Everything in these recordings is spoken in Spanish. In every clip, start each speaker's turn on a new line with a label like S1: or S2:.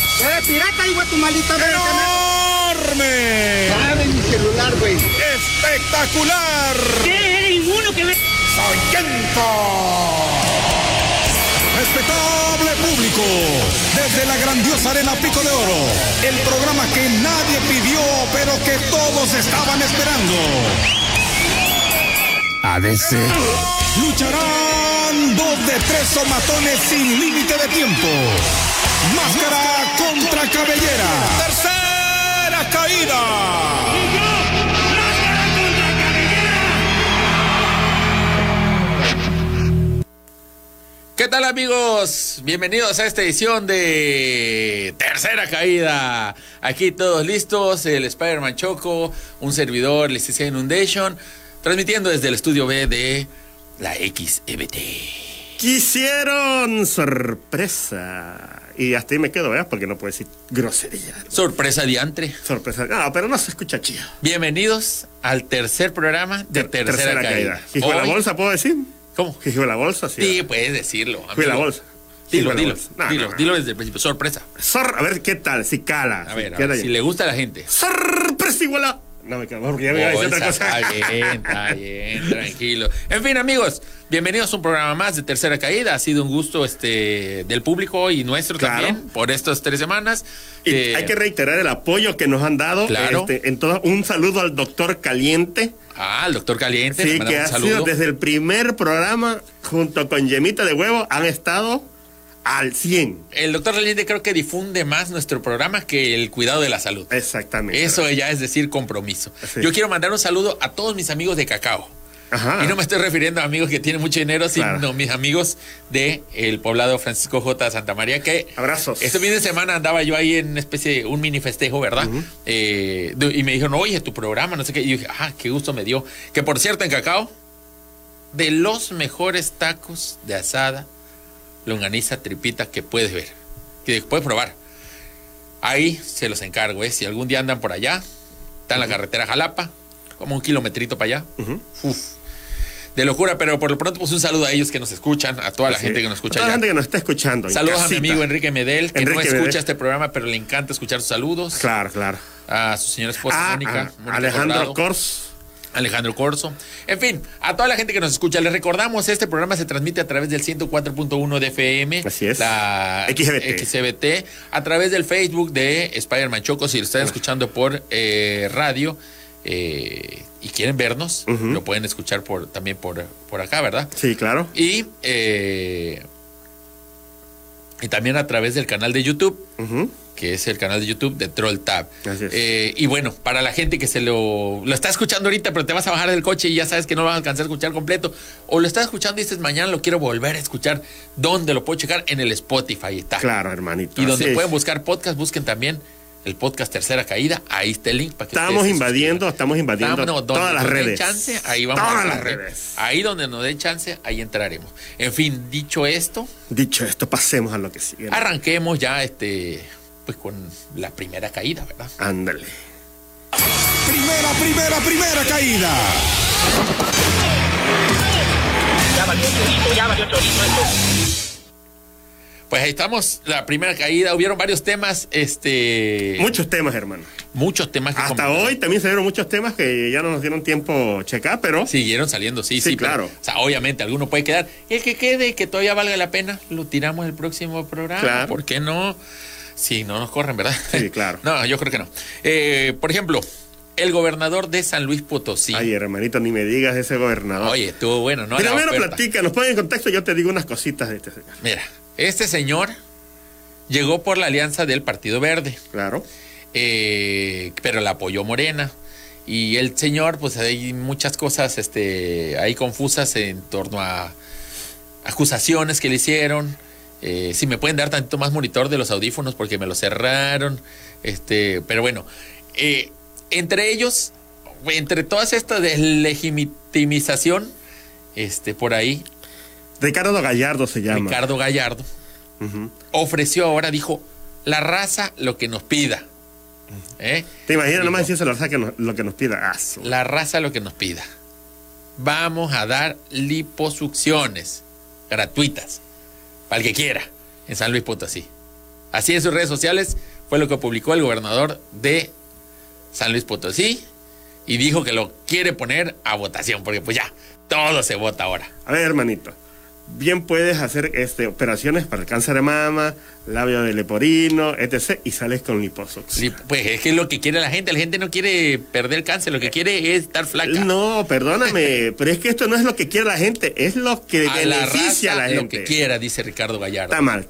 S1: ¡Eres pirata, hijo de tu maldita madre!
S2: ¡Enorme!
S1: ¡Dame mi celular, güey!
S2: ¡Espectacular!
S1: ¿Qué? ¿Eres ninguno que me...?
S2: ¡Sargento! Respetable público, desde la grandiosa arena Pico de Oro, el programa que nadie pidió, pero que todos estaban esperando.
S3: ADC.
S2: Lucharán dos de tres somatones sin límite de tiempo. Máscara contra cabellera. Tercera caída.
S3: ¿Qué tal amigos? Bienvenidos a esta edición de Tercera Caída. Aquí todos listos, el Spider-Man Choco, un servidor, Licencia Inundation, transmitiendo desde el estudio B de la XMT.
S4: Quisieron sorpresa. Y hasta ahí me quedo, ¿verdad? Porque no puedo decir grosería.
S3: Sorpresa diantre.
S4: Sorpresa. No, pero no se escucha chido.
S3: Bienvenidos al tercer programa de Tercera, Caída.
S4: Hijo de la
S3: Hoy-
S4: bolsa, ¿puedo decir?
S3: ¿Cómo?
S4: Hijo de la bolsa, sí.
S3: Sí, puedes decirlo.
S4: Hijo de la
S3: amigo.
S4: bolsa.
S3: Dilo,
S4: Hijo de la
S3: dilo,
S4: bolsa. No,
S3: dilo,
S4: no, no.
S3: dilo desde el principio. Sorpresa.
S4: Sor- a ver qué tal, si cala.
S3: A
S4: si
S3: ver, a
S4: queda
S3: ver,
S4: ya.
S3: si le gusta a la gente.
S4: Sorpresa igual a- No me quedo, porque ya me iba a decir otra
S3: Bolsa,
S4: cosa.
S3: Está bien, está bien, tranquilo. En fin, amigos, bienvenidos a un programa más de Tercera Caída. Ha sido un gusto este del público y nuestro
S4: Claro.
S3: también por estas tres semanas.
S4: Y
S3: Eh,
S4: hay que reiterar el apoyo que nos han dado.
S3: Claro.
S4: Este, en todo- un saludo al doctor Caliente.
S3: Ah, al doctor Caliente, le
S4: Sí,
S3: mandamos
S4: que
S3: un
S4: ha
S3: saludo.
S4: sido desde el primer programa, junto con Yemita de Huevo, han estado al 100.
S3: El doctor Caliente creo que difunde más nuestro programa que el cuidado de la salud.
S4: Eh, Exactamente.
S3: Eso ya es decir compromiso.
S4: Sí.
S3: Yo quiero mandar un saludo a todos mis amigos de Cacao.
S4: Ajá.
S3: Y no me estoy refiriendo a amigos que tienen mucho dinero, sino
S4: Claro.
S3: mis amigos de el poblado Francisco J. Santa María, que
S4: Abrazos.
S3: este fin de semana andaba yo ahí en una especie de un mini festejo, ¿verdad? Eh, de- y me dijeron, oye, tu programa, no sé qué. Y yo dije, ah, qué gusto me dio. Que por cierto, en Cacao, de los mejores tacos de asada, longaniza, tripita que puedes ver, que puedes probar. Ahí se los encargo, ¿eh? Si algún día andan por allá, está en la carretera Jalapa, como un kilometrito para allá. Uf. De locura, pero por lo pronto pues un saludo a ellos que nos escuchan, a toda la
S4: Sí.
S3: gente que nos escucha
S4: Toda la
S3: allá.
S4: gente que nos está escuchando. en
S3: Saludos
S4: casita.
S3: a mi amigo Enrique Medel, que no
S4: Enrique
S3: escucha
S4: Medel.
S3: este programa, pero le encanta escuchar sus saludos.
S4: Claro, claro.
S3: A su señora esposa,
S4: Ah,
S3: Mónica.
S4: ah,
S3: Mónica
S4: Alejandro
S3: Corrado.
S4: Cors.
S3: Alejandro Corso. En fin, a toda la gente que nos escucha, les recordamos, este programa se transmite a través del 104.1 de FM.
S4: Así es.
S3: La
S4: XBT.
S3: XBT, a través del Facebook de Spider-Man Choco, si lo están escuchando por eh, radio. eh, y quieren vernos,
S4: Ujú.
S3: lo pueden escuchar por, también por, por acá, ¿verdad?
S4: Sí, claro.
S3: Y, eh, y también a través del canal de YouTube,
S4: Ujú.
S3: que es el canal de YouTube de Troll Tab.
S4: Así es.
S3: Eh, y bueno, para la gente que se lo, lo está escuchando ahorita, pero te vas a bajar del coche y ya sabes que no lo vas a alcanzar a escuchar completo, o lo estás escuchando y dices, mañana lo quiero volver a escuchar, ¿dónde lo puedo checar? En el Spotify está.
S4: Claro, hermanito.
S3: Y
S4: así
S3: donde
S4: es.
S3: pueden buscar podcast, busquen también el podcast Tercera Caída, ahí está el link para que
S4: Estamos
S3: ustedes se
S4: invadiendo,
S3: suscriban.
S4: estamos invadiendo
S3: Estamos- no, donde
S4: todas las
S3: nos den
S4: redes.
S3: chance, ahí vamos
S4: Todas
S3: a
S4: las
S3: entrar.
S4: redes.
S3: Ahí donde nos den chance, ahí entraremos. En fin, dicho esto,
S4: Dicho esto, pasemos a lo que sigue.
S3: arranquemos ya este pues con la primera caída, ¿verdad?
S4: Ándale.
S2: Primera, primera, primera caída.
S3: Pues ahí estamos, la primera caída, hubieron varios temas, este
S4: Muchos temas, hermano.
S3: muchos temas que
S4: Hasta
S3: comentar.
S4: hoy también salieron muchos temas que ya no nos dieron tiempo checar, pero
S3: Siguieron saliendo, sí, sí,
S4: Sí,
S3: pero,
S4: claro.
S3: o sea, obviamente, alguno puede quedar. Y el que quede y que todavía valga la pena, lo tiramos el próximo programa.
S4: Claro.
S3: ¿Por qué no? Si no nos corren, ¿verdad?
S4: Sí, claro.
S3: no, yo creo que no. Eh, por ejemplo, el gobernador de San Luis Potosí.
S4: Ay, hermanito, ni me digas ese gobernador.
S3: Oye, estuvo bueno, ¿no? La
S4: Primero
S3: oferta.
S4: platica, nos ponen en contexto y yo te digo unas cositas de este señor.
S3: Mira, este señor llegó por la alianza del Partido Verde.
S4: Claro.
S3: eh, pero la apoyó Morena. Y el señor, pues hay muchas cosas este, ahí confusas en torno a acusaciones que le hicieron. Eh, si me pueden dar tantito más monitor de los audífonos porque me los cerraron. Este, pero bueno, eh, entre ellos, entre todas esta deslegitimización, este, por ahí,
S4: Ricardo Gallardo se llama.
S3: Ricardo Gallardo
S4: Ujú.
S3: ofreció ahora, dijo, la raza lo que nos pida. ¿Eh?
S4: ¿Te imaginas
S3: Dijo,
S4: nomás si eso lo saca no- lo que nos pida? Ah, su-
S3: La raza lo que nos pida. Vamos a dar liposucciones gratuitas para el que quiera en San Luis Potosí. Así en sus redes sociales fue lo que publicó el gobernador de San Luis Potosí y dijo que lo quiere poner a votación, porque pues ya, todo se vota ahora.
S4: A ver, hermanito. Bien puedes hacer este, operaciones para el cáncer de mama, labio de leporino, etc. y sales con liposucción.
S3: Sí, pues es que es lo que quiere la gente. La gente no quiere perder cáncer, lo que quiere es estar flaca.
S4: No, perdóname, pero es que esto no es lo que quiere la gente, es lo que
S3: a la
S4: beneficia
S3: raza
S4: a la
S3: lo que
S4: gente.
S3: quiera, dice Ricardo Gallardo.
S4: Está mal.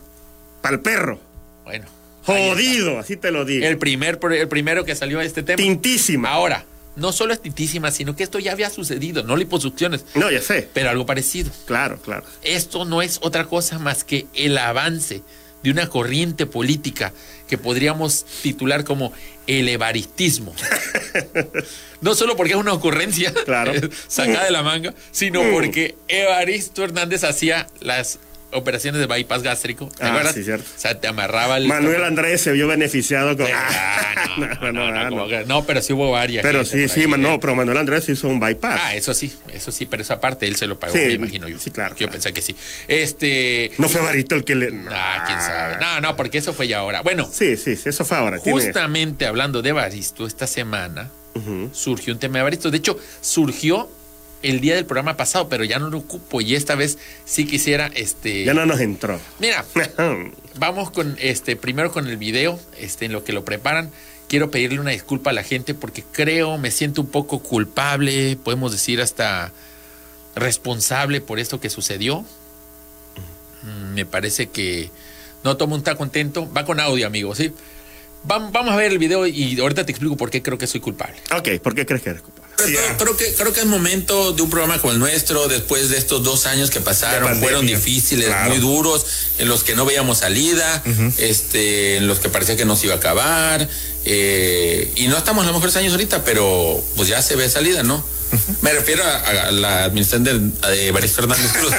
S4: Para el perro.
S3: Bueno. ahí está.
S4: Jodido, así te lo digo.
S3: El, primer, el primero que salió a este tema.
S4: Tintísima.
S3: Ahora, no solo es tintísima, sino que esto ya había sucedido, no liposucciones,
S4: No, ya sé.
S3: pero algo parecido.
S4: Claro, claro.
S3: Esto no es otra cosa más que el avance de una corriente política que podríamos titular como el evaritismo. No solo porque es una ocurrencia eh,
S4: Claro. Mm.
S3: sacada de la manga, sino porque Evaristo Hernández hacía las operaciones de bypass gástrico. ¿Te
S4: Ah,
S3: acuerdas?
S4: sí, cierto.
S3: O sea, te amarraba el...
S4: Manuel Andrés se vio beneficiado con.
S3: Ah, Este, no, no, no, no, como que- no, pero sí hubo varias.
S4: Pero
S3: gente
S4: sí,
S3: por
S4: sí,
S3: ahí. eh.
S4: man- no, pero Manuel Andrés hizo un bypass.
S3: Ah, eso sí, eso sí, pero esa parte él se lo pagó,
S4: Sí,
S3: me imagino yo.
S4: sí, claro,
S3: Yo
S4: claro.
S3: pensé que sí. Este...
S4: no fue Barito el que le. No.
S3: Ah, quién sabe. No, no, porque eso fue ya ahora. Bueno,
S4: Sí, sí, sí, eso fue ahora. tiene-
S3: justamente hablando de Evaristo, esta semana
S4: Ujú.
S3: surgió un tema de Evaristo. De hecho, surgió el día del programa pasado, pero ya no lo ocupo y esta vez sí quisiera este
S4: Ya no nos entró.
S3: Mira, vamos con este primero con el video, este en lo que lo preparan. Quiero pedirle una disculpa a la gente porque creo, me siento un poco culpable, podemos decir hasta responsable por esto que sucedió. Mm, Me parece que no todo el mundo está contento. Va con audio, amigo, ¿sí? Vam- Vamos a ver el video y ahorita te explico por qué creo que soy culpable.
S4: ok, ¿por qué crees que eres culpable?
S5: Sobre todo, creo que creo que es momento de un programa como el nuestro después de estos dos años que
S4: De
S5: pasaron
S4: pandemia.
S5: fueron difíciles
S4: Claro.
S5: muy duros en los que no veíamos salida este en los que parecía que nos iba a acabar eh, y no estamos en los mejores años ahorita pero pues ya se ve salida no me refiero a, a la administración de, de Evaristo Hernández Cruz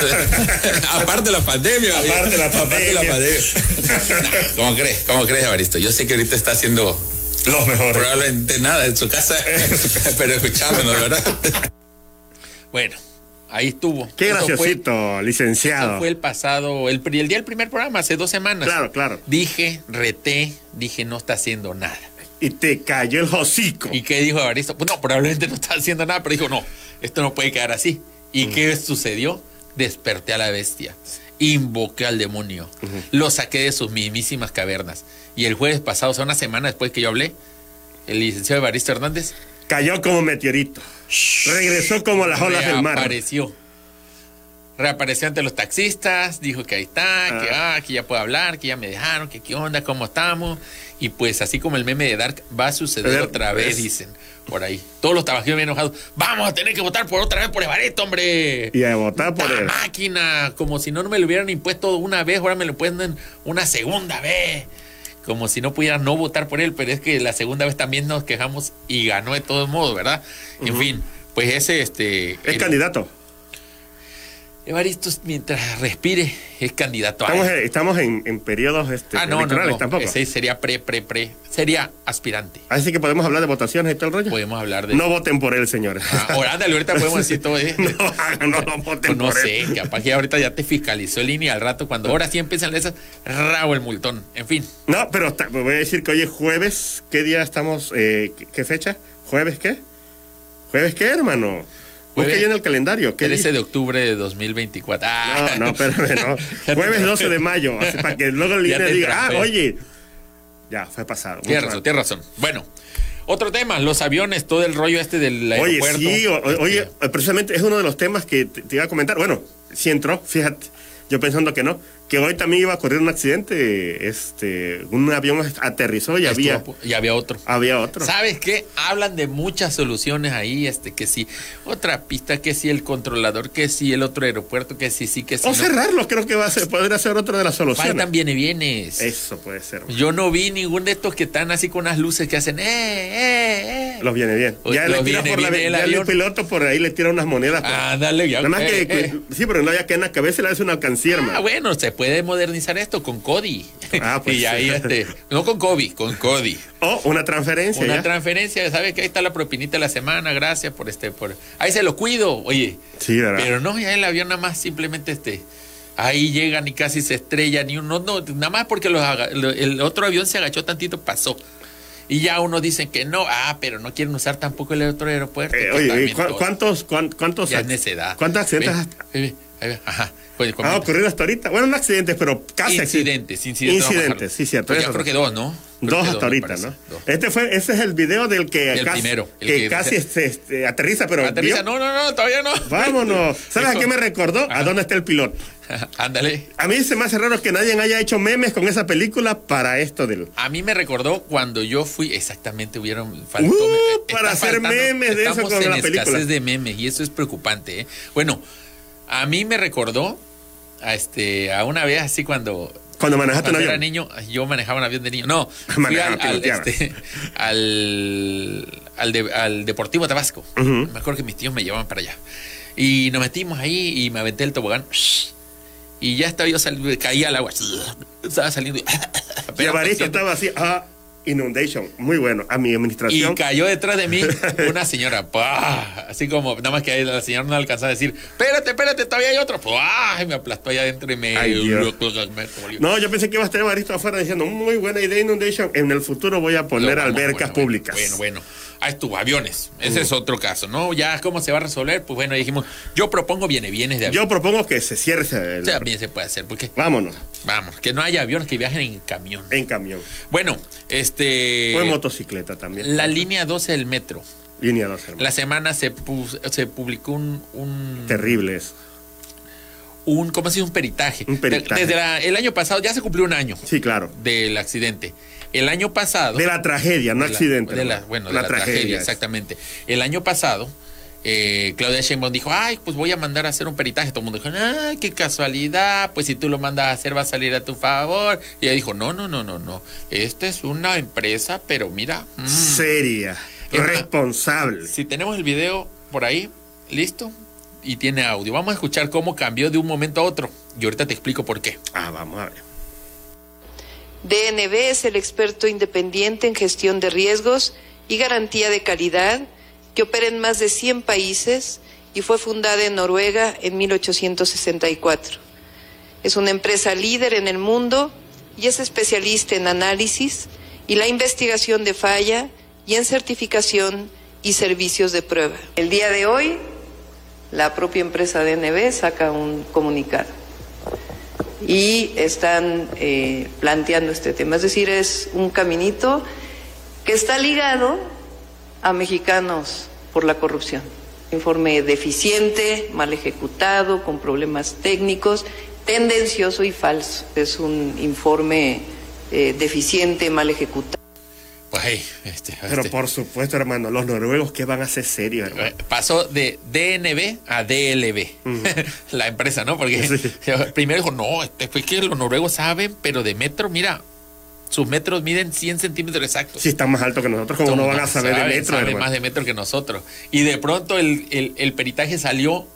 S5: aparte de la pandemia
S4: Aparte de la
S5: Aparte de la
S4: pandemia.
S5: pandemia. cómo crees cómo crees Evaristo yo sé que ahorita está haciendo
S4: Los mejores.
S5: probablemente nada en su casa pero escuchándonos verdad
S3: Bueno, ahí estuvo.
S4: Qué
S3: Eso fue-
S4: graciosito,
S3: Eso
S4: licenciado.
S3: fue el pasado, el, pri- el día del primer programa, hace dos semanas.
S4: Claro, claro.
S3: Dije, reté, dije, no está haciendo nada.
S4: Y te cayó el hocico.
S3: ¿Y qué dijo Evaristo? Pues no, probablemente no está haciendo nada, pero dijo, no, esto no puede quedar así. ¿Y qué sucedió? Desperté a la bestia, invoqué al demonio, lo saqué de sus mismísimas cavernas. Y el jueves pasado, o sea, una semana después que yo hablé, el licenciado Evaristo Hernández
S4: Cayó como meteorito. Regresó como las olas del mar.
S3: Reapareció. Reapareció ante los taxistas, dijo que ahí está, que, ah, que ya puedo hablar, que ya me dejaron, que qué onda, cómo estamos. Y pues así como el meme de Dark va a suceder
S4: Pero,
S3: otra vez,
S4: pues.
S3: dicen. Por ahí. Todos los tabajeros bien enojados. Vamos a tener que votar por otra vez por Evareto, hombre.
S4: Y a votar por
S3: ¡La
S4: él.
S3: máquina! Como si no me lo hubieran impuesto una vez, ahora me lo pueden una segunda vez. Como si no pudiera no votar por él, pero es que la segunda vez también nos quejamos y ganó de todos modos, ¿verdad? En fin, pues ese, este...
S4: Es
S3: el-
S4: candidato.
S3: Evaristo, mientras respire, es candidato a...
S4: Estamos, en, estamos en, en periodos este,
S3: Ah, no, no,
S4: electorales
S3: no.
S4: tampoco.
S3: Ese sería pre, pre, pre. Sería aspirante.
S4: Así que podemos hablar de votaciones y todo el rollo.
S3: Podemos hablar de...
S4: No voten por él, señores.
S3: Pues, Ah, Ahora, ándale, ahorita podemos decir todo, ¿eh?
S4: no, hagan, no lo
S3: Pues
S4: voten
S3: no
S4: por
S3: sé,
S4: él.
S3: capaz que ahorita ya te fiscalizó el INE al rato. Cuando ahora sí empiezan esas, rabo el multón. En fin,
S4: No, pero está- me voy a decir que hoy es jueves. ¿Qué día estamos? Eh, ¿qué, qué fecha? ¿Jueves qué? ¿Jueves qué, hermano? Busca
S3: Jueves
S4: yo en el calendario. ¿qué
S3: 13
S4: día?
S3: de octubre de 2024. Ah,
S4: No, no, espérame, no.
S3: Ya te-
S4: Jueves 12 de mayo. así para que luego el
S3: Ya
S4: INE
S3: te
S4: diga, ah,
S3: trampé.
S4: oye. Ya, fue pasado. mucho
S3: Tienes
S4: rato.
S3: razón, tienes razón. Bueno, otro tema, los aviones, todo el rollo este del
S4: Oye,
S3: aeropuerto.
S4: sí, o- o- oye, eh,
S3: Este,
S4: precisamente es uno de los temas que te, te iba a comentar. Bueno, sí entró, fíjate, yo pensando que no, que hoy también iba a ocurrir un accidente, este, un avión aterrizó y había,
S3: estuvo- y había otro.
S4: había otro.
S3: ¿Sabes qué? Hablan de muchas soluciones ahí, este, que sí, otra pista, que sí, el controlador, que sí, el otro aeropuerto, que sí, sí, que sí.
S4: O
S3: no.
S4: cerrarlo, creo que va a ser, podría ser otra de las soluciones.
S3: Faltan viene bienes.
S4: Eso puede ser.
S3: Yo no vi ningún de estos que están así con unas luces que hacen, eh, eh, eh.
S4: Los viene bien.
S3: Uy,
S4: Ya le
S3: los
S4: tira
S3: viene
S4: por la
S3: bien el
S4: ya el
S3: avión.
S4: piloto por ahí le tira unas monedas. por-
S3: Ah, dale, ya.
S4: Nada más que,
S3: eh,
S4: que-
S3: eh.
S4: sí, pero no había que en la cabeza le hace una alcancía,
S3: Ah,
S4: hermano.
S3: bueno, se puede modernizar esto con Cody.
S4: Ah, pues.
S3: y ahí este, no con Kobe, con Cody.
S4: O una transferencia.
S3: Una
S4: ya.
S3: transferencia, ¿sabes que Ahí está la propinita de la semana, gracias por este, por. Ahí se lo cuido, oye.
S4: sí, ¿verdad?
S3: Pero no, ya el avión nada más simplemente este. Ahí llegan y casi se estrellan y uno, no, nada más porque los aga- lo- el otro avión se agachó tantito, pasó. Y ya uno dicen que no, ah, pero no quieren usar tampoco el otro aeropuerto.
S4: Eh,
S3: que
S4: oye, oye,
S3: también
S4: ¿cu-
S3: todo.
S4: ¿cuántos, cuán- cuántos,
S3: Ya es necedad.
S4: cuántos accidentes
S3: Ve,
S4: has-
S3: ve, ve, ahí ve, Ajá. Oye,
S4: han
S3: comenta.
S4: ocurrido hasta ahorita? Bueno, no accidentes, pero casi
S3: incidentes,
S4: accidentes.
S3: incidentes. vamos a dejarlo.
S4: Incidentes, sí, cierto.
S3: Pero ya
S4: eso.
S3: creo que dos, ¿no? Creo
S4: Dos
S3: que
S4: hasta
S3: me
S4: ahorita,
S3: parece,
S4: ¿no?
S3: dos.
S4: Este fue, ese es el video del que
S3: El primero, el
S4: que
S3: que-
S4: casi este, este, aterriza, pero
S3: Aterriza,
S4: vio-
S3: no, no, no, todavía no.
S4: vámonos. ¿Sabes a
S3: Eso.
S4: qué me recordó? ¿A dónde está el piloto?
S3: Ándale.
S4: A mí se me hace raro que nadie haya hecho memes con esa película para esto del.
S3: A mí me recordó cuando yo fui, exactamente hubieron faltó
S4: Uh,
S3: me-
S4: para
S3: está
S4: hacer memes de eso
S3: estamos
S4: con
S3: en
S4: la
S3: escasez
S4: película.
S3: de memes y eso es preocupante. ¿eh? Bueno, a mí me recordó a este a una vez así cuando
S4: Cuando manejaste un
S3: cuando era niño
S4: avión.
S3: yo manejaba un avión de niño. No, fui
S4: Manejaba,
S3: al, al,
S4: piloteaba.
S3: este, al, al de- al Deportivo Tabasco. Me acuerdo que mis tíos me llevaban para allá y nos metimos ahí y me aventé el tobogán. Y ya estaba yo saliendo, caía al agua. Estaba saliendo. y-
S4: Y
S3: pero
S4: Evaristo
S3: consciente.
S4: estaba así, ah, Inundation. Muy bueno. A mi administración.
S3: Y cayó detrás de mí una señora, ¡pua! así como, nada más que ahí la señora no alcanzaba a decir, espérate, espérate, todavía hay otro, ¡pua! y me aplastó allá adentro y me...
S4: Ay, Dios.
S3: me dolió.
S4: No, yo pensé que iba a estar Evaristo afuera diciendo, muy buena idea Inundation. En el futuro voy a poner
S3: Bueno, bueno,
S4: albercas
S3: bueno,
S4: públicas.
S3: Bueno, bueno, ahí estuvo, aviones, ese es otro caso, ¿no? Ya, ¿cómo se va a resolver? Pues bueno, dijimos, yo propongo viene, bienes de aviones.
S4: Yo propongo que se cierre. ese- el-
S3: También se puede hacer, porque,
S4: Vámonos,
S3: vamos, que no haya aviones que viajen en camión.
S4: en camión.
S3: Bueno, este...
S4: o en motocicleta también.
S3: La línea 12 del metro.
S4: Línea 2, hermano.
S3: La semana se, pu- se publicó un- un
S4: Terrible eso.
S3: un, ¿cómo se dice? Un peritaje.
S4: Un peritaje.
S3: De- Desde la- el año pasado, ya se cumplió un año
S4: Sí, claro.
S3: del accidente. El año pasado.
S4: De la tragedia, no
S3: de la-
S4: accidente.
S3: de la-
S4: hermano.
S3: bueno, de la tragedia, exactamente. El año pasado, eh, Claudia Sheinbaum dijo, ay, pues voy a mandar a hacer un peritaje. Todo el mundo dijo, ay, qué casualidad, pues si tú lo mandas a hacer va a salir a tu favor. Y ella dijo, no, no, no, no, no. Esta es una empresa, pero mira, mm,
S4: Seria,
S3: Es una-
S4: responsable.
S3: si tenemos el video por ahí, listo, y tiene audio. Vamos a escuchar cómo cambió de un momento a otro. Y ahorita te explico por qué.
S4: Ah, vamos a ver.
S6: DNB es el experto independiente en gestión de riesgos y garantía de calidad que opera en más de 100 países y fue fundada en Noruega en 1864. Es una empresa líder en el mundo y es especialista en análisis y la investigación de falla y en certificación y servicios de prueba. El día de hoy, la propia empresa DNB saca un comunicado y están eh, planteando este tema. Es decir, es un caminito que está ligado a mexicanos por la corrupción. Informe deficiente, mal ejecutado, con problemas técnicos, tendencioso y falso. Es un informe eh, deficiente, mal ejecutado.
S3: Pues ahí, este,
S4: Pero
S3: este, Eh,
S4: por supuesto, hermano, los noruegos, ¿qué van a ser serios, hermano?
S3: pasó de DNB a DLB, la empresa, ¿no? Porque
S4: Sí.
S3: primero dijo, no, este, fue que los noruegos saben, pero de metro, mira, sus metros miden 100 centímetros exactos.
S4: Si están más altos que nosotros, ¿cómo no van a saber de
S3: Saben,
S4: metro,
S3: saben
S4: hermano?
S3: más de metro que nosotros. Y de pronto el, el- el peritaje salió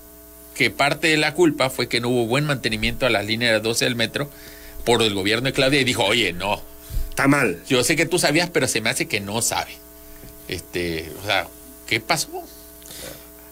S3: que parte de la culpa fue que no hubo buen mantenimiento a las líneas 12 del metro por el gobierno de Claudia y dijo, oye, no,
S4: Está mal.
S3: yo sé que tú sabías, pero se me hace que no sabe. Este, o sea, ¿qué pasó?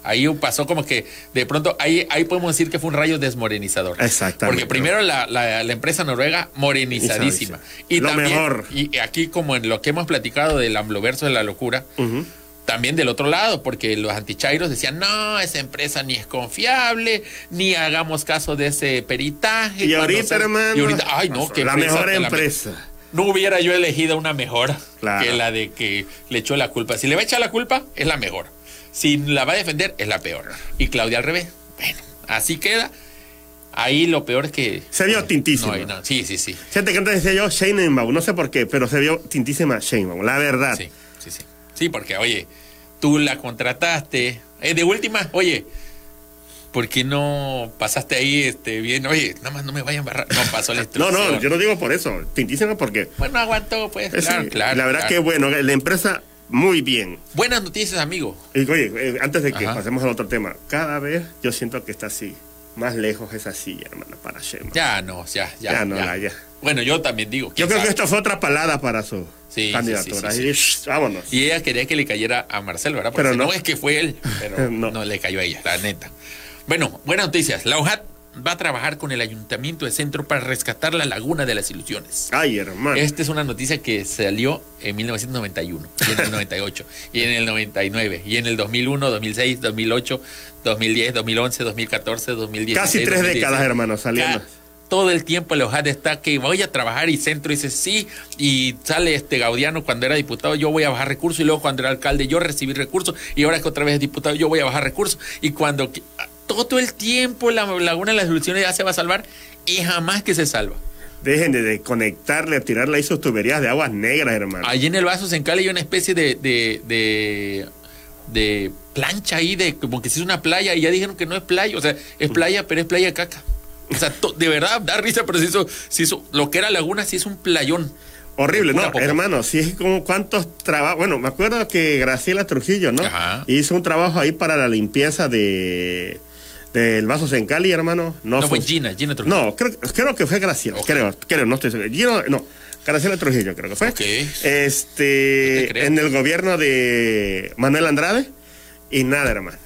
S3: Ahí pasó como que de pronto, ahí, ahí podemos decir que fue un rayo desmorenizador.
S4: Exactamente.
S3: Porque primero la, la- la empresa noruega morenizadísima. Y
S4: Lo
S3: también,
S4: mejor.
S3: Y aquí como en lo que hemos platicado del ambloverso de la locura,
S4: Ujú.
S3: también del otro lado, porque los antichairos decían, no, esa empresa ni es confiable, ni hagamos caso de ese peritaje.
S4: Y
S3: Cuando
S4: ahorita,
S3: sal-
S4: hermano.
S3: Y ahorita, ay, no, qué
S4: La
S3: empresa
S4: mejor
S3: tan lamentable
S4: empresa.
S3: no hubiera yo elegido una mejor
S4: Claro.
S3: que la de que le echó la culpa. Si le va a echar la culpa, es la mejor. Si la va a defender, es la peor. Y Claudia al revés. Bueno, así queda. Ahí lo peor es que.
S4: Se vio tintísimo.
S3: No hay nada. Sí, sí, sí.
S4: Fíjate que antes decía yo Sheinbaum, no sé por qué, pero se vio tintísima Sheinbaum, la verdad.
S3: Sí, sí, sí. Sí, porque, oye, tú la contrataste. Eh, de última, oye, ¿por qué no pasaste ahí este, bien? Oye, nada más no me vayan a embarrar. No pasó la
S4: No,
S3: instrucción.
S4: no, yo no digo por eso, tintísima porque...
S3: Bueno, aguantó, pues.
S4: es- eh,
S3: claro, claro.
S4: la verdad
S3: claro.
S4: que bueno, la empresa muy bien.
S3: Buenas noticias, amigo.
S4: Y, oye, eh, antes de que
S3: Ajá.
S4: pasemos al otro tema, cada vez yo siento que está así, más lejos esa silla, hermano, para Sheinbaum.
S3: Ya no, ya, ya.
S4: Ya no, ya.
S3: Bueno, yo también digo.
S4: Yo
S3: ¿quién
S4: creo que
S3: sabe?
S4: esto fue otra palada para su
S3: Sí, sí,
S4: candidatura.
S3: sí, sí,
S4: Y, shh, vámonos.
S3: Y ella quería que le cayera a Marcelo, ¿verdad? Porque
S4: Pero
S3: no.
S4: no.
S3: es que fue él, pero
S4: No.
S3: no. le cayó a ella, la neta. Bueno, buenas noticias. La OJAT va a trabajar con el Ayuntamiento de Centro para rescatar la Laguna de las Ilusiones.
S4: Ay, hermano.
S3: Esta es una noticia que salió en 1991, y en el 98, y en el 99, y en el 2001, 2006, 2008, 2010, 2011, 2014, 2010.
S4: Casi tres décadas, hermano, saliendo.
S3: Todo el tiempo el OJAD está que voy a trabajar y centro dice sí, y sale este Gaudiano cuando era diputado, yo voy a bajar recursos, y luego cuando era alcalde yo recibí recursos, y ahora que otra vez es diputado yo voy a bajar recursos, y cuando que- todo, todo el tiempo la laguna de las soluciones ya se va a salvar y jamás que se salva.
S4: Dejen de, de conectarle, a tirarle ahí sus tuberías de aguas negras, hermano.
S3: Allí en el vaso se encala hay una especie de, de, de, de plancha ahí, de como que se hizo una playa y ya dijeron que no es playa, o sea, es playa, pero es playa de caca. O sea, to- de verdad, da risa, pero se hizo, se hizo, lo que era laguna se hizo un playón.
S4: Horrible,
S3: Pura
S4: no,
S3: popó.
S4: hermano, sí es como cuántos trabajos. Bueno, me acuerdo que Graciela Trujillo, ¿no?
S3: Ajá.
S4: Hizo un trabajo ahí para la limpieza de del vaso Sencali, hermano. No,
S3: No, fue
S4: fun-
S3: Gina, Gina Trujillo.
S4: No, creo, creo que fue Graciela,
S3: Ok.
S4: creo, creo, no estoy seguro. Gino- no, Graciela Trujillo creo que fue.
S3: Ok. No te
S4: Este,
S3: creo.
S4: en el gobierno de Manuel Andrade y nada, hermano.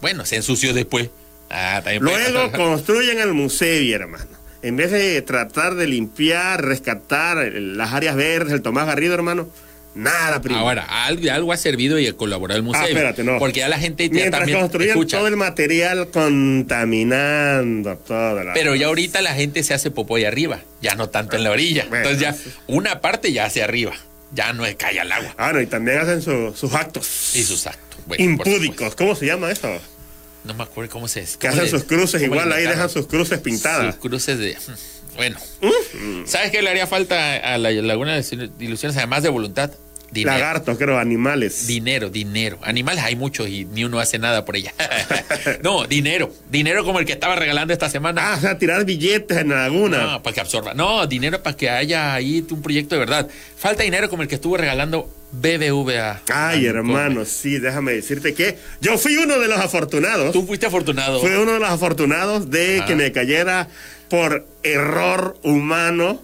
S3: Bueno, se ensució después. Ah, también puede
S4: Luego
S3: pasar.
S4: construyen el museo, hermano. En vez de tratar de limpiar, rescatar el- las áreas verdes, el Tomás Garrido, hermano, nada, primo.
S3: Ahora, algo, algo ha servido y colaboró el museo.
S4: Ah, espérate, no.
S3: Porque ya la gente ya
S4: Mientras
S3: también
S4: construyen
S3: escucha.
S4: todo el material contaminando toda la...
S3: Pero ya ahorita la gente se hace popó ahí arriba, ya no tanto en la orilla.
S4: Bueno.
S3: Entonces ya una parte ya hacia arriba, ya no es cae al agua.
S4: Ah, no, y también hacen su- sus actos
S3: Y sus actos. Bueno, por
S4: impúdicos.
S3: supuesto.
S4: ¿Cómo se llama eso?
S3: No me acuerdo cómo se
S4: Que
S3: cómo
S4: hacen
S3: le-
S4: sus cruces
S3: cómo le
S4: igual, ahí
S3: inventaron.
S4: dejan sus cruces
S3: Sus
S4: pintadas.
S3: cruces de... hmm, Bueno. ¿Sabes qué le haría falta a la Laguna de las Ilusiones, además de voluntad? Dinero.
S4: Lagartos, creo, animales.
S3: Dinero, dinero. Animales hay muchos y ni uno hace nada por ella. no, dinero. Dinero como el que estaba regalando esta semana.
S4: Ah, o sea, tirar billetes en la laguna.
S3: No, para que absorba. No, dinero para que haya ahí un proyecto de verdad. Falta dinero como el que estuvo regalando BBVA.
S4: Ay,
S3: Ah,
S4: hermano, sí, déjame decirte que yo fui uno de los afortunados.
S3: Tú fuiste afortunado.
S4: Fui uno de los afortunados de
S3: Ah.
S4: que me cayera por error humano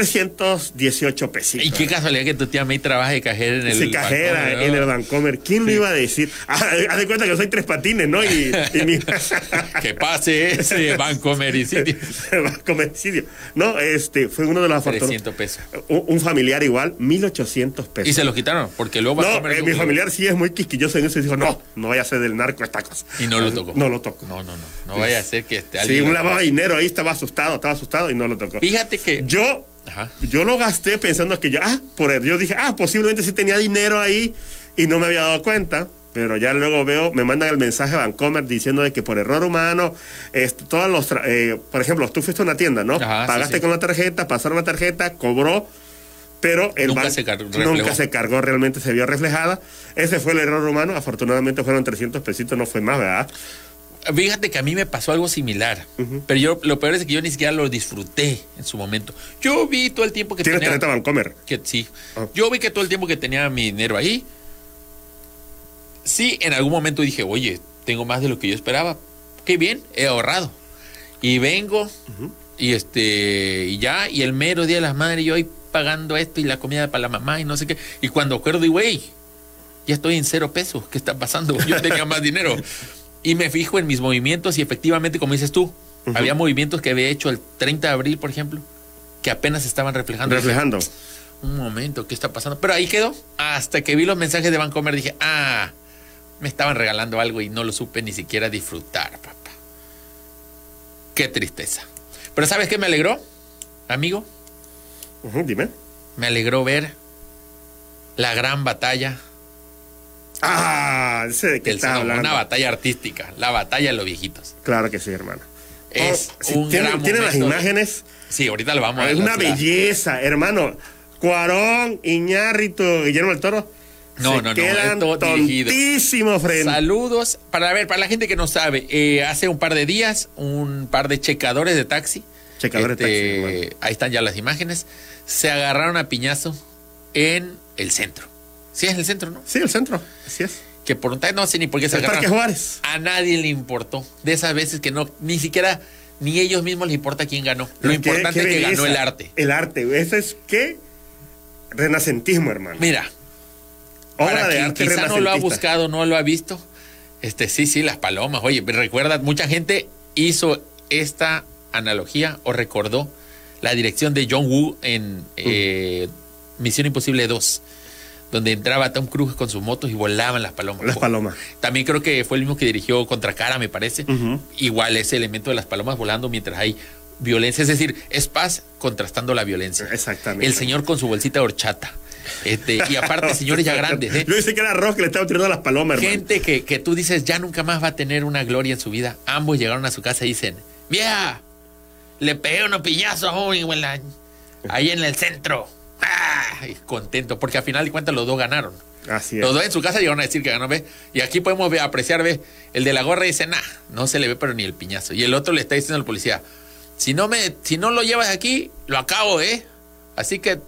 S4: 318 pesitos.
S3: Y qué casualidad que tu tía May trabaja de cajera en el.
S4: Se cajera
S3: Bancomer,
S4: en
S3: ¿no?
S4: el Bancomer. ¿Quién lo iba a decir? Ah, Haz de cuenta que soy tres patines, ¿no? Y, y mi...
S3: Que pase ese Bancomer y City.
S4: Bancomercidio. No, este, fue uno de los afortunados.
S3: 300 pesos.
S4: Un, un familiar igual, 1800 pesos.
S3: Y se los quitaron, porque luego
S4: No,
S3: Bancomer
S4: eh,
S3: es
S4: mi
S3: un-
S4: familiar sí es muy quisquilloso en eso y dijo, no, no vaya a ser del narco esta cosa.
S3: Y no lo tocó.
S4: No lo tocó.
S3: No, no, no. No vaya a ser que este,
S4: Sí,
S3: alguien.
S4: un lavado de dinero ahí, estaba asustado, estaba asustado y no lo tocó.
S3: Fíjate que.
S4: Yo,
S3: Ajá.
S4: yo lo gasté pensando que yo, ah, por él. Yo dije, ah, posiblemente sí tenía dinero ahí y no me había dado cuenta. Pero ya luego veo, me mandan el mensaje a Vancomer diciendo de que por error humano, este, todos los, tra- eh, por ejemplo, tú fuiste a una tienda, ¿no?
S3: Ajá, sí,
S4: Pagaste
S3: sí.
S4: con la tarjeta, pasaron la tarjeta, cobró, pero el
S3: Nunca
S4: ban-
S3: se car- reflejó.
S4: nunca se cargó, realmente se vio reflejada. Ese fue el error humano, afortunadamente fueron 300 pesitos, no fue más, ¿verdad?
S3: Fíjate que a mí me pasó algo similar, pero yo lo peor es que yo ni siquiera lo disfruté en su momento. Yo vi todo el tiempo que
S4: Tienes
S3: tenía
S4: tarjeta Vancomer.
S3: que sí.
S4: Ah.
S3: Yo vi que todo el tiempo que tenía mi dinero ahí, sí, en algún momento dije, oye, tengo más de lo que yo esperaba. Qué bien, he ahorrado. Y vengo, y este, y ya, y el mero día de las madres, yo ahí pagando esto y la comida para la mamá y no sé qué. Y cuando acuerdo, digo, güey, ya estoy en cero pesos, ¿qué está pasando? Yo tenía más dinero. Y me fijo en mis movimientos y efectivamente, como dices tú, había movimientos que había hecho el 30 de abril, por ejemplo, que apenas estaban reflejando. Dije,
S4: Reflejando.
S3: un momento, ¿qué está pasando? Pero ahí quedó. Hasta que vi los mensajes de Bancomer dije, ah, me estaban regalando algo y no lo supe ni siquiera disfrutar, papá. Qué tristeza. Pero ¿sabes qué me alegró, amigo?
S4: Ujú, dime.
S3: Me alegró ver la gran batalla
S4: Ah, sé de qué
S3: del
S4: estás
S3: Senado,
S4: hablando.
S3: Una batalla artística, la batalla de los viejitos.
S4: Claro que sí, hermana.
S3: Es
S4: Oh, sí,
S3: un
S4: tienen,
S3: gran
S4: tienen las
S3: momento.
S4: imágenes.
S3: Sí, ahorita lo vamos a
S4: es
S3: ver.
S4: Ah, una belleza, hermano. Cuarón, Iñárritu, Guillermo del Toro.
S3: No,
S4: se
S3: no, no,
S4: Quedan
S3: esto dirigido.
S4: tontísimos frente.
S3: Saludos. Para a ver, para la gente que no sabe, eh, hace un par de días, un par de checadores de taxi. Este,
S4: Checadores de taxi, bueno.
S3: Ahí están ya las imágenes. Se agarraron a piñazo en el centro. Sí, es el centro, ¿no?
S4: Sí, el centro. Así es.
S3: Que por un tal- no sé ni por qué se
S4: El Parque
S3: agarraron.
S4: Juárez.
S3: A nadie le importó. De esas veces que no, ni siquiera, ni ellos mismos les importa quién ganó. Lo
S4: Qué-
S3: importante
S4: qué
S3: es que ganó
S4: belleza.
S3: el arte.
S4: El arte. güey. Eso es qué renacentismo, hermano.
S3: Mira,
S4: Obra
S3: para
S4: de
S3: quien
S4: arte
S3: quizá no lo ha
S4: renacentista.
S3: buscado, no lo ha visto. Este, sí, sí, las palomas. Oye, recuerda, mucha gente hizo esta analogía o recordó la dirección de John Woo en eh, Misión Imposible 2, donde entraba Tom Cruise con sus motos y volaban las palomas.
S4: Las
S3: Po-
S4: palomas.
S3: También creo que fue el mismo que dirigió Contra Cara, me parece.
S4: Ujú.
S3: Igual ese elemento de las palomas volando mientras hay violencia. Es decir, es paz contrastando la violencia.
S4: Exactamente.
S3: El señor con su bolsita de horchata. Este, y aparte, señores ya grandes. ¿eh?
S4: Yo pensé que era Rock que le estaba tirando las palomas, hermano.
S3: Gente que, que tú dices ya nunca más va a tener una gloria en su vida. Ambos llegaron a su casa y dicen, vieja, le pegué unos piñazos a un hijo en la- ahí en el centro. ¡Ah! Y contento, porque al final de cuentas los dos ganaron.
S4: Así es.
S3: Los dos en su casa llegaron a decir que ganó, ¿ves? Y aquí podemos ver- apreciar, ¿ves? El de la gorra dice, nah, no se le ve pero ni el piñazo. Y el otro le está diciendo al policía, si no, me, si no lo llevas aquí, lo acabo, ¿eh? Así que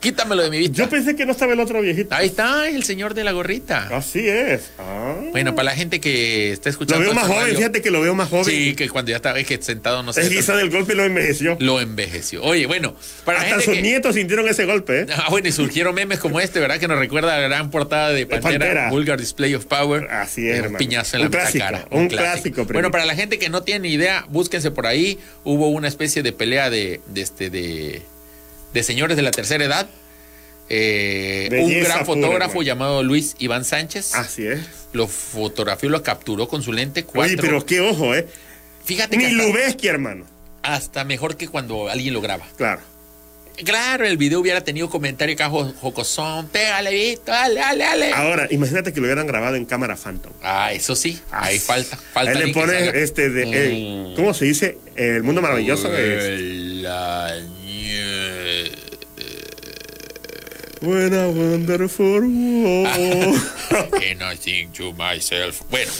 S3: quítamelo de mi vista.
S4: Yo pensé que no estaba el otro viejito.
S3: Ahí está el señor de la gorrita.
S4: Así es. Ah.
S3: Bueno, para la gente que está
S4: Lo
S3: escuchando.
S4: veo más
S3: esta
S4: joven,
S3: radio,
S4: fíjate que lo veo más joven.
S3: Sí, que cuando ya estaba es que sentado no
S4: Es
S3: sé.
S4: quizá del golpe lo envejeció.
S3: Lo envejeció. Oye, bueno, para la
S4: Hasta sus
S3: gente que.
S4: nietos sintieron ese golpe, ¿eh?
S3: Ah, bueno, y surgieron memes como este, ¿verdad? Que nos recuerda a la gran portada de Pantera,
S4: Pantera.
S3: Vulgar Display of Power.
S4: Así es,
S3: Un
S4: hermano.
S3: piñazo en
S4: Un
S3: la puta
S4: clásico,
S3: cara.
S4: un clásico, primo.
S3: bueno, para la gente que no tiene ni idea, búsquense por ahí. Hubo una especie de pelea de, de este, de, de señores de la tercera edad. Eh, un
S4: Belleza
S3: gran
S4: pura,
S3: fotógrafo
S4: hermano.
S3: llamado Luis Iván Sánchez
S4: Así es.
S3: lo fotografió, lo capturó con su lente cuatro.
S4: Oye, pero qué ojo, ¿eh?
S3: Fíjate que
S4: Ni
S3: hasta,
S4: Lubeski, hermano.
S3: hasta mejor que cuando alguien lo graba.
S4: Claro.
S3: Claro, el video hubiera tenido comentario acá jo- jocosón, pégale, Vito, dale, dale, dale.
S4: Ahora, imagínate que lo hubieran grabado en cámara Phantom.
S3: Ah, eso sí, ahí falta, falta.
S4: Ahí le
S3: alguien que
S4: pones
S3: salga. Mm.
S4: este de. eh, ¿Cómo se dice? El mundo maravilloso. es-
S3: La nie-
S4: When a wonderful world.
S3: And I think to myself. Bueno,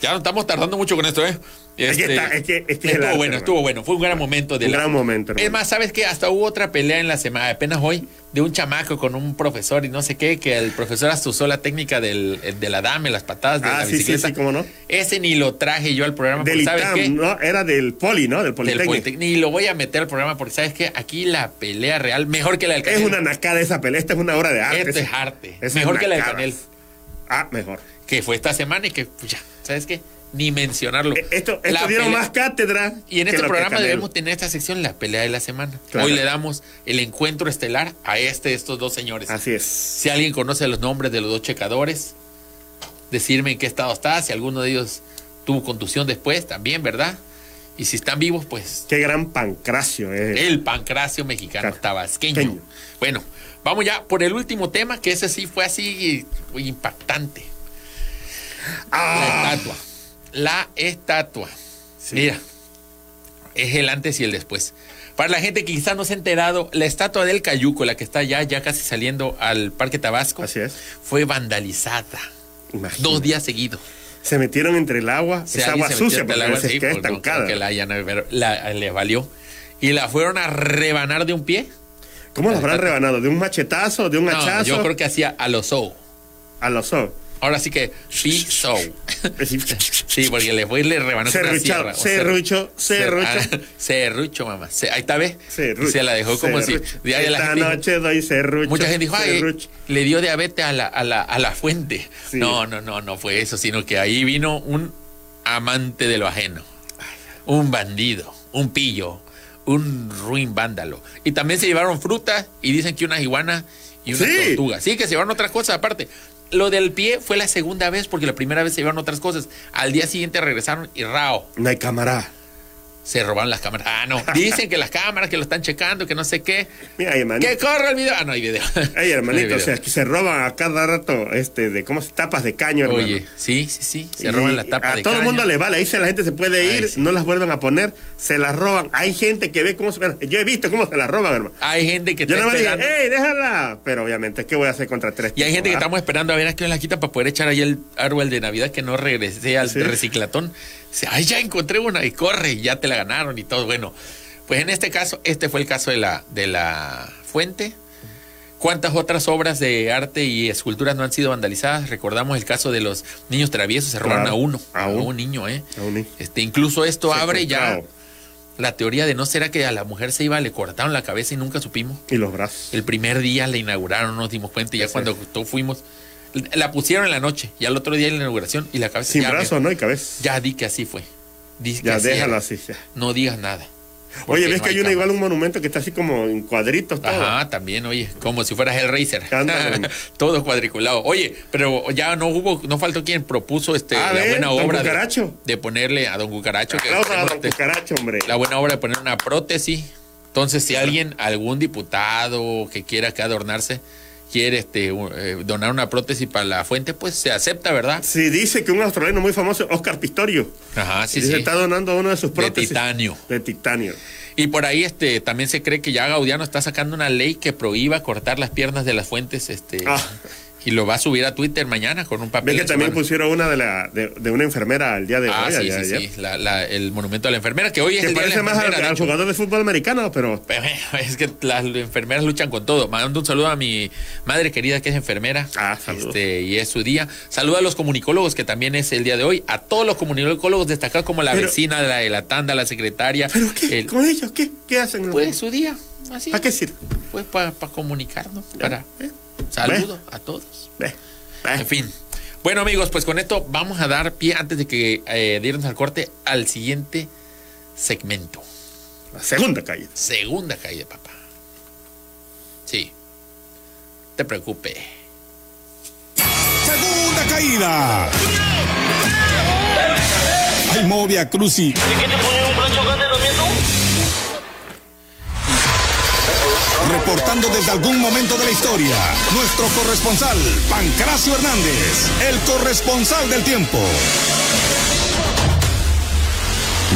S3: ya no estamos tardando mucho con esto, ¿eh?
S4: que
S3: Este,
S4: está- es que- es que es el
S3: estuvo
S4: arte,
S3: bueno,
S4: hermano.
S3: estuvo bueno. Fue un gran momento. De
S4: Un
S3: la-
S4: gran momento, hermano.
S3: Es más, ¿sabes qué? Hasta hubo otra pelea en la semana, apenas hoy, de un chamaco con un profesor y no sé qué, que el profesor asusó la técnica del, de la dame, las patadas de
S4: Ah,
S3: la
S4: sí, sí,
S3: bicicleta.
S4: sí, cómo no.
S3: Ese ni lo traje yo al programa,
S4: del
S3: porque ¿sabes qué?
S4: ITAM, ¿no? Era del Poli, ¿no? Del
S3: Del
S4: Politécnico.
S3: Politécnico. Ni lo voy a meter al programa porque, ¿sabes qué? Aquí la pelea real, mejor que la del
S4: Es
S3: Canel.
S4: una nacada esa pelea. Esta es una obra de arte.
S3: Esto
S4: Esa-
S3: Este es arte.
S4: esas
S3: Mejor que la del
S4: nacadas.
S3: Canel.
S4: Ah, mejor.
S3: que fue esta semana y que pues, ya, ¿sabes qué? Ni mencionarlo.
S4: Eh, Esto,
S3: La
S4: esto dieron
S3: pelea-
S4: más cátedra.
S3: Y en
S4: que
S3: este
S4: lo que
S3: programa
S4: Canelo.
S3: debemos tener esta sección, la pelea de la semana.
S4: Claro.
S3: Hoy le damos el encuentro estelar a este de estos dos señores.
S4: Así es.
S3: Si alguien conoce los nombres de los dos checadores, decirme en qué estado está, si alguno de ellos tuvo contusión después, también, ¿verdad? Y si están vivos, pues
S4: Qué gran pancracio eh. es.
S3: el pancracio mexicano
S4: Claro.
S3: tabasqueño.
S4: Queño.
S3: Bueno, vamos ya por el último tema, que ese sí fue así eh, impactante.
S4: Ah.
S3: La estatua. La estatua. Mira, es el antes y el después. Para la gente que quizás no se ha enterado, la estatua del Cayuco, la que está ya, ya casi saliendo al Parque Tabasco,
S4: Así es.
S3: fue vandalizada.
S4: Imagínate.
S3: Dos días seguidos.
S4: Se metieron entre el agua.
S3: O sea,
S4: esa
S3: alguien
S4: agua
S3: se metió
S4: sucia,
S3: hasta el
S4: porque a
S3: agua,
S4: veces
S3: sí,
S4: queda
S3: pues, no,
S4: estancada.
S3: que la hayan- pero la- les valió. Y la fueron a rebanar de un pie.
S4: ¿Cómo lo habrán rebanado? ¿De un machetazo? ¿De un
S3: No,
S4: hachazo?
S3: yo creo que hacía a los show.
S4: A los ojos.
S3: Ahora sí que show.
S4: Así.
S3: Sí, porque le fue y le rebanó con una
S4: Serrucho,
S3: sierra. o
S4: serrucho,
S3: ser-
S4: serrucho.
S3: ah, Serrucho, mamá. Se- ahí está, ¿ves?
S4: Serrucho,
S3: Y se la dejó como
S4: serrucho.
S3: si... de ahí la
S4: Esta
S3: gente dijo-
S4: noche doy serrucho.
S3: mucha gente dijo, ay,
S4: serrucho.
S3: le dio diabetes a la, a la, a la fuente.
S4: Sí.
S3: No, no, no, no fue eso, sino que ahí vino un amante de lo ajeno, un bandido, un pillo, un ruin vándalo. Y también se llevaron frutas y dicen que unas iguanas y unas
S4: Sí.
S3: tortugas. Sí, que se llevaron otras cosas aparte. Lo del pie fue la segunda vez porque la primera vez se llevaron otras cosas. Al día siguiente regresaron y rao
S4: No hay cámara.
S3: se robaron las cámaras. Ah, no. Dicen que las cámaras, que lo están checando, que no sé qué.
S4: Mira, ahí, hermanito.
S3: Que corre el video. Ah, no hay video.
S4: Ay,
S3: No hay
S4: hermanito,
S3: video.
S4: o sea, que se roban a cada rato este de cómo se tapas de caño, hermano.
S3: Oye, sí, sí, sí. Se
S4: Y
S3: roban las tapas
S4: A
S3: de
S4: todo el
S3: caña.
S4: mundo le vale, ahí se la gente se puede
S3: Ay,
S4: ir,
S3: sí.
S4: no las vuelven a poner, se las roban. Hay gente que ve cómo se Yo he visto cómo se las roban, hermano.
S3: Hay gente que
S4: Yo
S3: está
S4: no me dije,
S3: esperando.
S4: ¡ey, déjala! Pero obviamente, ¿qué voy a hacer contra tres?
S3: Y hay
S4: tipos,
S3: gente que
S4: ah?
S3: estamos esperando a ver a qué hora la quita para poder echar ahí el árbol de Navidad que no regrese al
S4: Sí.
S3: reciclatón. Dice, Ay, ya encontré una y corre, y ya te la ganaron y todo. Bueno, pues en este caso, este fue el caso de la, de la fuente. ¿Cuántas otras obras de arte y esculturas no han sido vandalizadas? Recordamos el caso de los niños traviesos, se robaron
S4: Claro,
S3: a uno,
S4: a
S3: a
S4: uno.
S3: un niño, ¿eh?
S4: A un niño.
S3: Este, incluso esto abre ya
S4: Secuestrado.
S3: la teoría de no será que a la mujer se iba, le cortaron la cabeza y nunca supimos.
S4: Y los brazos.
S3: El primer día la inauguraron, nos dimos cuenta y ya
S4: Sí.
S3: cuando todos fuimos, la pusieron en la noche y al otro día en la inauguración y la cabeza
S4: Sin
S3: ya,
S4: brazos,
S3: me-
S4: ¿no? Y cabeza.
S3: ya di que así fue. Dice
S4: Ya,
S3: que así
S4: déjalo
S3: era.
S4: así. ya.
S3: No digas nada.
S4: Oye,
S3: Porque
S4: ¿ves
S3: no
S4: que hay una
S3: cámara.
S4: igual un monumento que está así como en cuadritos todo?
S3: Ajá, también, oye, como si fueras el racer.
S4: Ándale.
S3: Todo cuadriculado. Oye, pero ya no hubo, no faltó quien propuso este
S4: A
S3: la
S4: ver,
S3: buena
S4: don
S3: obra de,
S4: Cucaracho.
S3: de ponerle a Don Cucaracho que
S4: Aplausos a
S3: tenemos
S4: don
S3: de-
S4: Cucaracho, hombre.
S3: la buena obra de poner una prótesis. Entonces, si alguien, algún diputado que quiera acá adornarse, quiere este u- eh, donar una prótesis para la fuente, pues se acepta, ¿verdad?
S4: Sí, dice que un australiano muy famoso, Oscar Pistorio,
S3: Ajá, sí,
S4: se
S3: sí.
S4: está donando uno de sus
S3: De
S4: prótesis.
S3: titanio.
S4: De titanio.
S3: Y por ahí este también se cree que ya Gaudiano está sacando una ley que prohíba cortar las piernas de las fuentes, este
S4: Ah.
S3: y lo va a subir a Twitter mañana con un papel.
S4: Ve que
S3: en su
S4: también
S3: mano.
S4: pusieron una de, la, de, de una enfermera al día de
S3: Ah,
S4: hoy.
S3: sí,
S4: allá,
S3: sí,
S4: allá.
S3: sí, la- la- el monumento a la enfermera, que hoy es
S4: Que
S3: el día de la
S4: parece más al,
S3: enfermera, de
S4: al
S3: hecho.
S4: jugador de fútbol americano, pero
S3: Pero, Es que las enfermeras luchan con todo. Mando un saludo a mi madre querida que es enfermera.
S4: Ah, saludos.
S3: Este, y es su día. Saludo a los comunicólogos, que también es el día de hoy. A todos los comunicólogos destacados como la
S4: Pero-
S3: vecina, la de la tanda, la secretaria.
S4: ¿pero qué?
S3: el-
S4: ¿Con ellos? ¿Qué, qué hacen?
S3: pues su día. Así.
S4: ¿Para qué sirve?
S3: Pues para comunicarnos. Para,
S4: eh,
S3: saludo a todos.
S4: Ve, ve.
S3: En fin. Bueno, amigos, pues con esto vamos a dar pie antes de que eh, de irnos al corte al siguiente segmento.
S4: La segunda calle.
S3: Segunda calle, papá. Sí. Te preocupe.
S2: Segunda caída. Ay, Movia Cruci. Reportando desde algún momento de la historia, nuestro corresponsal, Pancracio Hernández, el corresponsal del tiempo.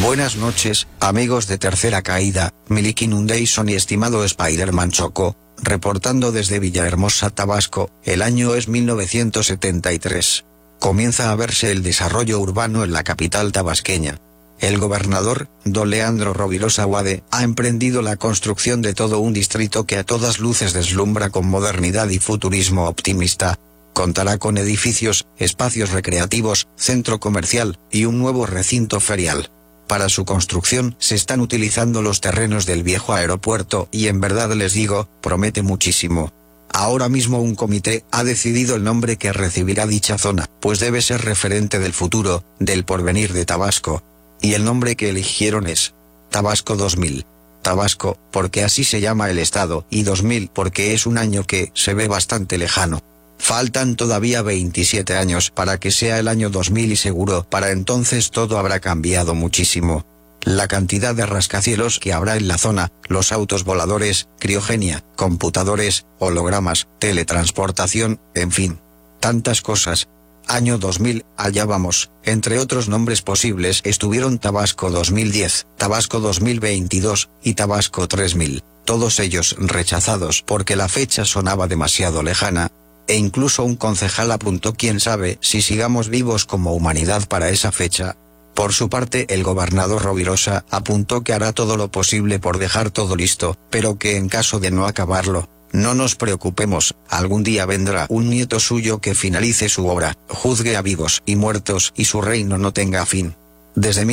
S7: Buenas noches, amigos de Tercera Caída, Miliki Nundayson y estimado Spider-Man Choco, reportando desde Villahermosa, Tabasco, el año es 1973. Comienza a verse el desarrollo urbano en la capital tabasqueña. El gobernador, don Leandro Rovirosa Guade, ha emprendido la construcción de todo un distrito que a todas luces deslumbra con modernidad y futurismo optimista, Contará con edificios, espacios recreativos, centro comercial y un nuevo recinto ferial. Para su construcción se están utilizando los terrenos del viejo aeropuerto y en verdad les digo, promete muchísimo. Ahora mismo un comité ha decidido el nombre que recibirá dicha zona, pues debe ser referente del futuro, del porvenir de Tabasco. Y el nombre que eligieron es Tabasco 2000. Tabasco, porque así se llama el estado, y 2000 porque es un año que se ve bastante lejano. Faltan todavía 27 años para que sea el año 2000 y seguro, para entonces todo habrá cambiado muchísimo. La cantidad de rascacielos que habrá en la zona, los autos voladores, criogenia, computadores, hologramas, teletransportación, en fin. Tantas cosas. Año 2000, allá vamos. Entre otros nombres posibles estuvieron Tabasco 2010, Tabasco 2022 y Tabasco 3000. Todos ellos rechazados porque la fecha sonaba demasiado lejana, e incluso un concejal apuntó quién sabe si sigamos vivos como humanidad para esa fecha. Por su parte, el gobernador Rovirosa apuntó que hará todo lo posible por dejar todo listo, pero que en caso de no acabarlo, no nos preocupemos, algún día vendrá un nieto suyo que finalice su obra, juzgue a vivos y muertos y su reino no tenga fin. Desde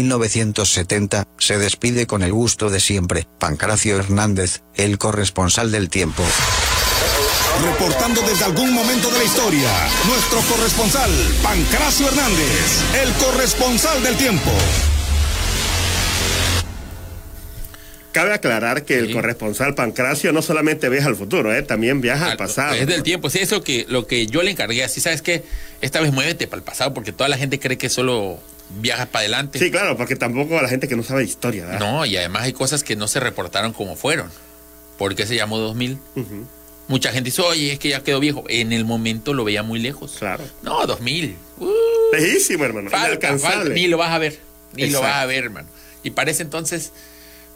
S7: 1970, se despide con el gusto de siempre, Pancracio Hernández, el corresponsal del tiempo.
S2: Reportando desde algún momento de la historia, nuestro corresponsal, Pancracio Hernández, el corresponsal del tiempo.
S4: Cabe aclarar que
S3: Sí.
S4: el corresponsal Pancracio no solamente viaja al futuro, eh, también viaja al
S3: Al-
S4: pasado.
S3: Es del tiempo. Sí, es lo que, lo que yo le encargué. Así sabes que esta vez muévete para el pasado porque toda la gente cree que solo viajas para adelante.
S4: Sí, claro, porque tampoco a la gente que no sabe historia, ¿verdad?
S3: No, y además hay cosas que no se reportaron como fueron. ¿Por qué se llamó 2000? Mucha gente dice, oye, es que ya quedó viejo. En el momento lo veía muy lejos.
S4: Claro.
S3: No, 2000. Uh,
S4: Lejísimo, hermano.
S3: falta, falta.
S4: inalcanzable.
S3: Ni lo vas a ver. Ni lo
S4: Exacto.
S3: vas a ver, hermano. Y parece entonces,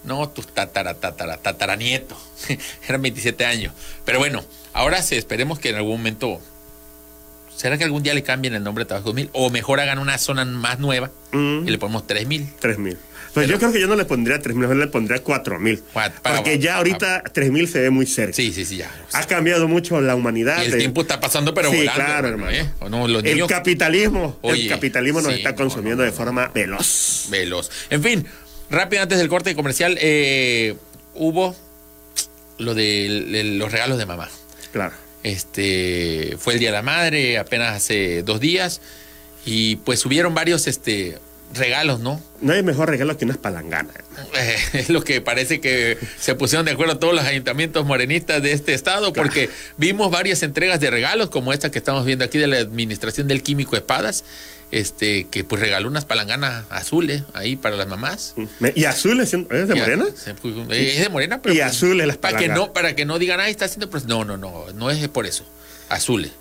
S3: no, tus tatara, tatara, tataranieto. Eran 27 años. Pero bueno, ahora sí, esperemos que en algún momento. ¿Será que algún día le cambien el nombre de Tabasco 2000? O mejor hagan una zona más nueva
S4: Mm.
S3: y le ponemos 3000.
S4: 3000. Pues yo creo que yo no le pondría 3000, mejor le pondría 4000.
S3: Cuatro, para- Ah.
S4: Porque ya ahorita 3000 se ve muy cerca.
S3: Sí, sí, sí, ya.
S4: Ha cambiado mucho la humanidad.
S3: Y el
S4: de-
S3: tiempo está pasando, pero
S4: sí,
S3: volando.
S4: claro, hermano.
S3: ¿eh? O no, los
S4: el
S3: niños
S4: capitalismo,
S3: Oye,
S4: el capitalismo nos
S3: sí,
S4: está
S3: no,
S4: consumiendo
S3: no,
S4: de forma veloz.
S3: veloz. En fin, rápido antes del corte comercial, eh, hubo lo de l- el- los regalos de mamá.
S4: Claro.
S3: Este fue el Día de la Madre, apenas hace dos días, y pues hubieron varios este regalos, ¿no?
S4: No hay mejor regalo que unas palanganas.
S3: Eh, es lo que parece que se pusieron de acuerdo todos los ayuntamientos morenistas de este estado, porque vimos varias entregas de regalos, como esta que estamos viendo aquí de la administración del químico Espadas, este, que pues regaló unas palanganas azules ahí para las mamás.
S4: Me- Y azules, ¿sí? ¿es de
S3: Y a-
S4: morena?
S3: se puso- eh, es de morena, pero.
S4: Y azules las
S3: para que
S4: palanganas.
S3: no, para que no digan, ay, está haciendo. proceso". No, no, no, no es por eso. Azules.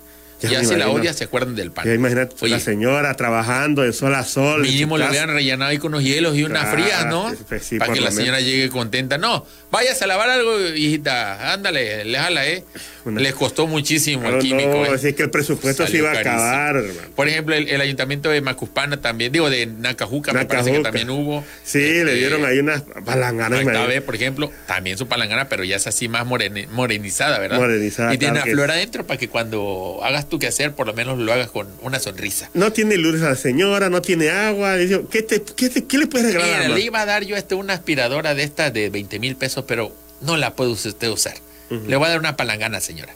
S4: Ya
S3: Ya,
S4: me
S3: si la
S4: imagino.
S3: odia, se acuerdan del pan.
S4: Ya imagínate,
S3: Oye,
S4: la señora trabajando de sol a sol. en su
S3: Mínimo lo
S4: casa.
S3: hubieran rellenado ahí con unos hielos y unas
S4: Ah,
S3: frías, ¿no?
S4: pues sí,
S3: Para
S4: por
S3: que
S4: lo
S3: la señora llegue contenta. No, vayas a lavar algo, hijita. Ándale, le jala, ¿eh?
S4: Una-
S3: Les costó muchísimo
S4: Pero
S3: el químico.
S4: no, pues,
S3: ¿eh?
S4: así es que el presupuesto se
S3: Salió
S4: iba a
S3: carísimo.
S4: acabar, hermano.
S3: Por ejemplo, el, el ayuntamiento de Macuspana también, digo, de Nacajuca, me parece que
S4: Nacajuca.
S3: también hubo.
S4: Sí, le
S3: Este,
S4: dieron ahí unas palanganas.
S3: Esta
S4: imagínate.
S3: vez, por ejemplo, también su palangana, pero ya es así más moreni- morenizada, ¿verdad?
S4: Morenizada,
S3: Y tiene una
S4: claro que
S3: flor
S4: sí.
S3: adentro para que cuando hagas tu quehacer, por lo menos lo hagas con una sonrisa.
S4: No tiene luz la señora, no tiene agua. le digo, ¿qué, te- qué te- qué le puedes regalar?
S3: Mira,
S4: mamá?
S3: le iba a dar yo este, una aspiradora de estas de 20 mil pesos, pero no la puede usted usar. Le voy a dar una palangana, señora.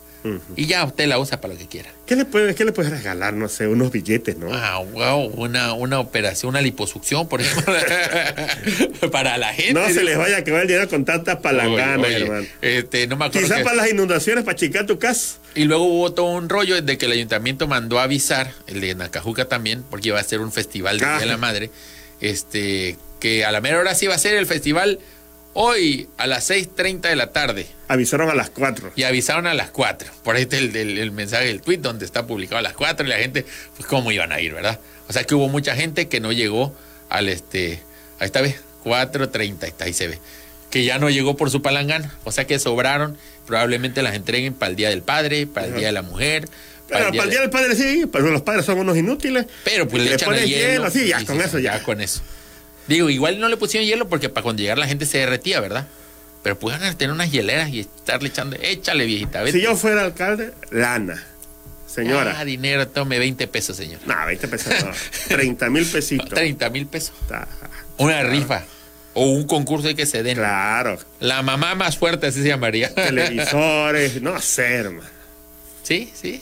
S3: Y ya usted la usa para lo que quiera.
S4: ¿Qué, le puedes, ¿Qué le puedes regalar? No sé, unos billetes, ¿no?
S3: Ah, wow, una, una operación, una liposucción, por ejemplo. para la gente.
S4: no se les vaya a acabar el dinero con tantas palanganas,
S3: este Oye, oye,
S4: hermano.
S3: Este, no me acuerdo.
S4: Quizás
S3: qué-
S4: para las inundaciones, para chicar tu casa.
S3: Y luego hubo todo un rollo de que el ayuntamiento mandó a avisar, el de Nacajuca también, porque iba a ser un festival de Día de
S4: Ah.
S3: la Madre, este, que a la mera hora sí iba a ser el festival hoy a las 6.30 de la tarde.
S4: Avisaron a las 4.
S3: Y avisaron a las 4. Por ahí está el, el- el mensaje del tweet donde está publicado a las 4 y la gente, pues cómo iban a ir, ¿verdad? O sea que hubo mucha gente que no llegó al este, a esta vez, 4.30, está ahí se ve, que ya no llegó por su palangana. O sea que sobraron, probablemente las entreguen para el Día del Padre, para el Día de la Mujer.
S4: Pero para el día del padre sí, pero los padres son unos inútiles.
S3: Pero pues
S4: Y
S3: le, echan
S4: ponen
S3: el hielo.
S4: sí, ya
S3: Sí,
S4: con
S3: sí,
S4: eso, ya.
S3: con eso. Digo, igual no le pusieron hielo porque para cuando llegara la gente se derretía, ¿verdad? Pero pueden tener unas hieleras y estarle echando, échale viejita, vete.
S4: Si yo fuera alcalde, lana. Señora.
S3: Ah, dinero, tome 20 pesos, señor.
S4: No, 20 pesos no. 30 mil pesitos.
S3: 30 mil pesos.
S4: Ta-
S3: Una rifa. O un concurso de que se den.
S4: Claro.
S3: La mamá más fuerte, así se llamaría.
S4: Televisores, no sé, hermano.
S3: sí, sí.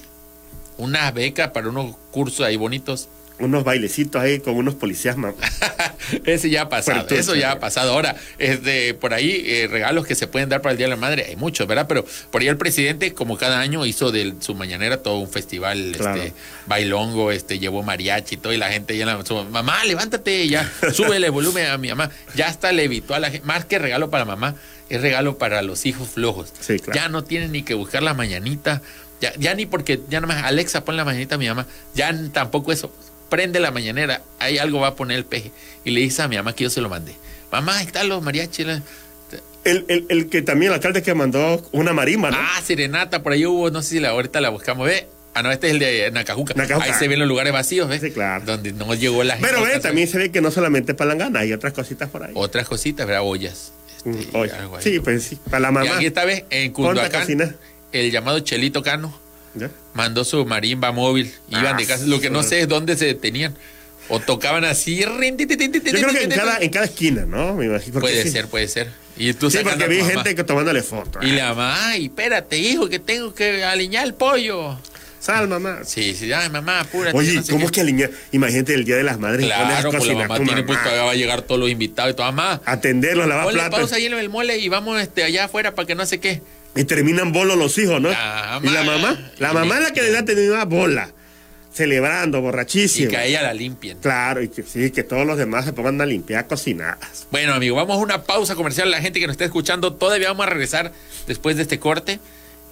S3: Unas becas para unos cursos ahí bonitos.
S4: Unos bailecitos ahí con unos policías, mamá.
S3: Ese ya ha pasado,
S4: Fuertucho,
S3: eso ya ha
S4: ¿no?
S3: pasado. Ahora, este, por ahí eh, regalos que se pueden dar para el Día de la Madre, hay muchos, ¿verdad? Pero por ahí el presidente, como cada año, hizo de su mañanera todo un festival,
S4: Claro.
S3: este, bailongo, este, llevó mariachi y todo, y la gente ya, en la, su- mamá, levántate, ya, súbele volumen a mi mamá. Ya hasta le evitó a la gente, más que regalo para mamá, es regalo para los hijos flojos.
S4: Sí, claro.
S3: Ya no tienen ni que buscar la mañanita, ya, ya ni porque, ya nada más, Alexa, pon la mañanita a mi mamá, ya n- tampoco eso. Prende la mañanera, ahí algo va a poner el peje. Y le dice a mi mamá que yo se lo mandé. Mamá, ahí están los mariachis. la-
S4: El, el, el que también, el alcalde que mandó una marimba, ¿no?
S3: Ah, serenata, por ahí hubo, no sé si la ahorita la buscamos, ve. Ah, no, este es el de Nacajuca.
S4: Nacajuca.
S3: Ahí se ven los lugares vacíos, ¿ves?
S4: Sí, claro.
S3: Donde no llegó la gente.
S4: Pero ve,
S3: Otras-
S4: también se ve que no solamente palangana, hay otras cositas por ahí.
S3: Otras cositas, ¿verdad? Ollas.
S4: Mm,
S3: este,
S4: oye,
S3: Oh, algo ahí.
S4: sí, pues sí, para la
S3: Y
S4: mamá.
S3: aquí esta vez en
S4: Ponte a
S3: Cunduacán,
S4: cocinar.
S3: el llamado Chelito Cano
S4: ¿Ya?
S3: mandó su marimba móvil. Iban
S4: Ah,
S3: de casa. Lo que no sé es dónde se detenían. O tocaban así. rin, ti, ti, ti, ti, ti,
S4: Yo creo que
S3: ti,
S4: en
S3: ti,
S4: cada,
S3: ti.
S4: en cada esquina, ¿no? Me imagino. porque
S3: Puede
S4: sí.
S3: ser, puede ser. Y tú
S4: Sí,
S3: sacando
S4: porque
S3: a tu
S4: vi
S3: mamá.
S4: gente que tomándole ¿eh? fotos.
S3: Y la mamá, ay, espérate, hijo, que tengo que aliñar el pollo.
S4: Sal, mamá.
S3: Sí, sí, ay, mamá, apúrate.
S4: Oye,
S3: no sé
S4: ¿cómo
S3: qué.
S4: es que aliñar? Imagínate el día de las madres. y pones
S3: Claro,
S4: a
S3: pues la
S4: cocinar
S3: mamá
S4: tu
S3: tiene pues
S4: mamá,
S3: todavía va a llegar todos los invitados y toda mamá.
S4: ah, Atenderlos, lavar
S3: Ponle
S4: platos.
S3: pausa ahí en el mole y vamos este, allá afuera para que no sé qué.
S4: Y terminan bolos los hijos, ¿no?
S3: La
S4: y la
S3: mamá.
S4: mamá. La mamá es la que le da terminada bola. Celebrando,
S3: Y
S4: borrachísimo.
S3: que a ella la limpien.
S4: Claro, y que sí, que todos los demás se pongan a limpiar cocinadas.
S3: Bueno, amigo, vamos a una pausa comercial. La gente que nos está escuchando, todavía vamos a regresar después de este corte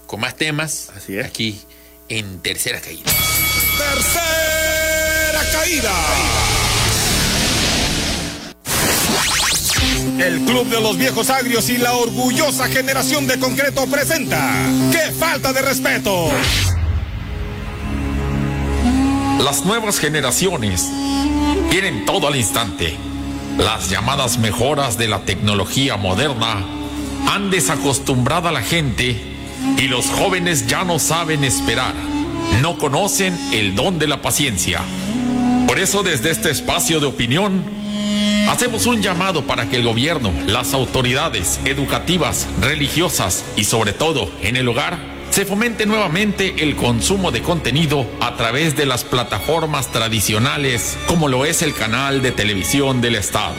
S3: con más temas.
S4: Así es.
S3: Aquí en Tercera Caída.
S2: Tercera caída. El Club de los Viejos Agrios y la orgullosa generación de concreto presenta. ¡Qué falta de respeto!
S5: Las nuevas generaciones tienen todo al instante. Las llamadas mejoras de la tecnología moderna han desacostumbrado a la gente y los jóvenes ya no saben esperar. No conocen el don de la paciencia. Por eso desde este espacio de opinión hacemos un llamado para que el gobierno, las autoridades educativas, religiosas y sobre todo en el hogar se fomente nuevamente el consumo de contenido a través de las plataformas tradicionales como lo es el canal de televisión del Estado.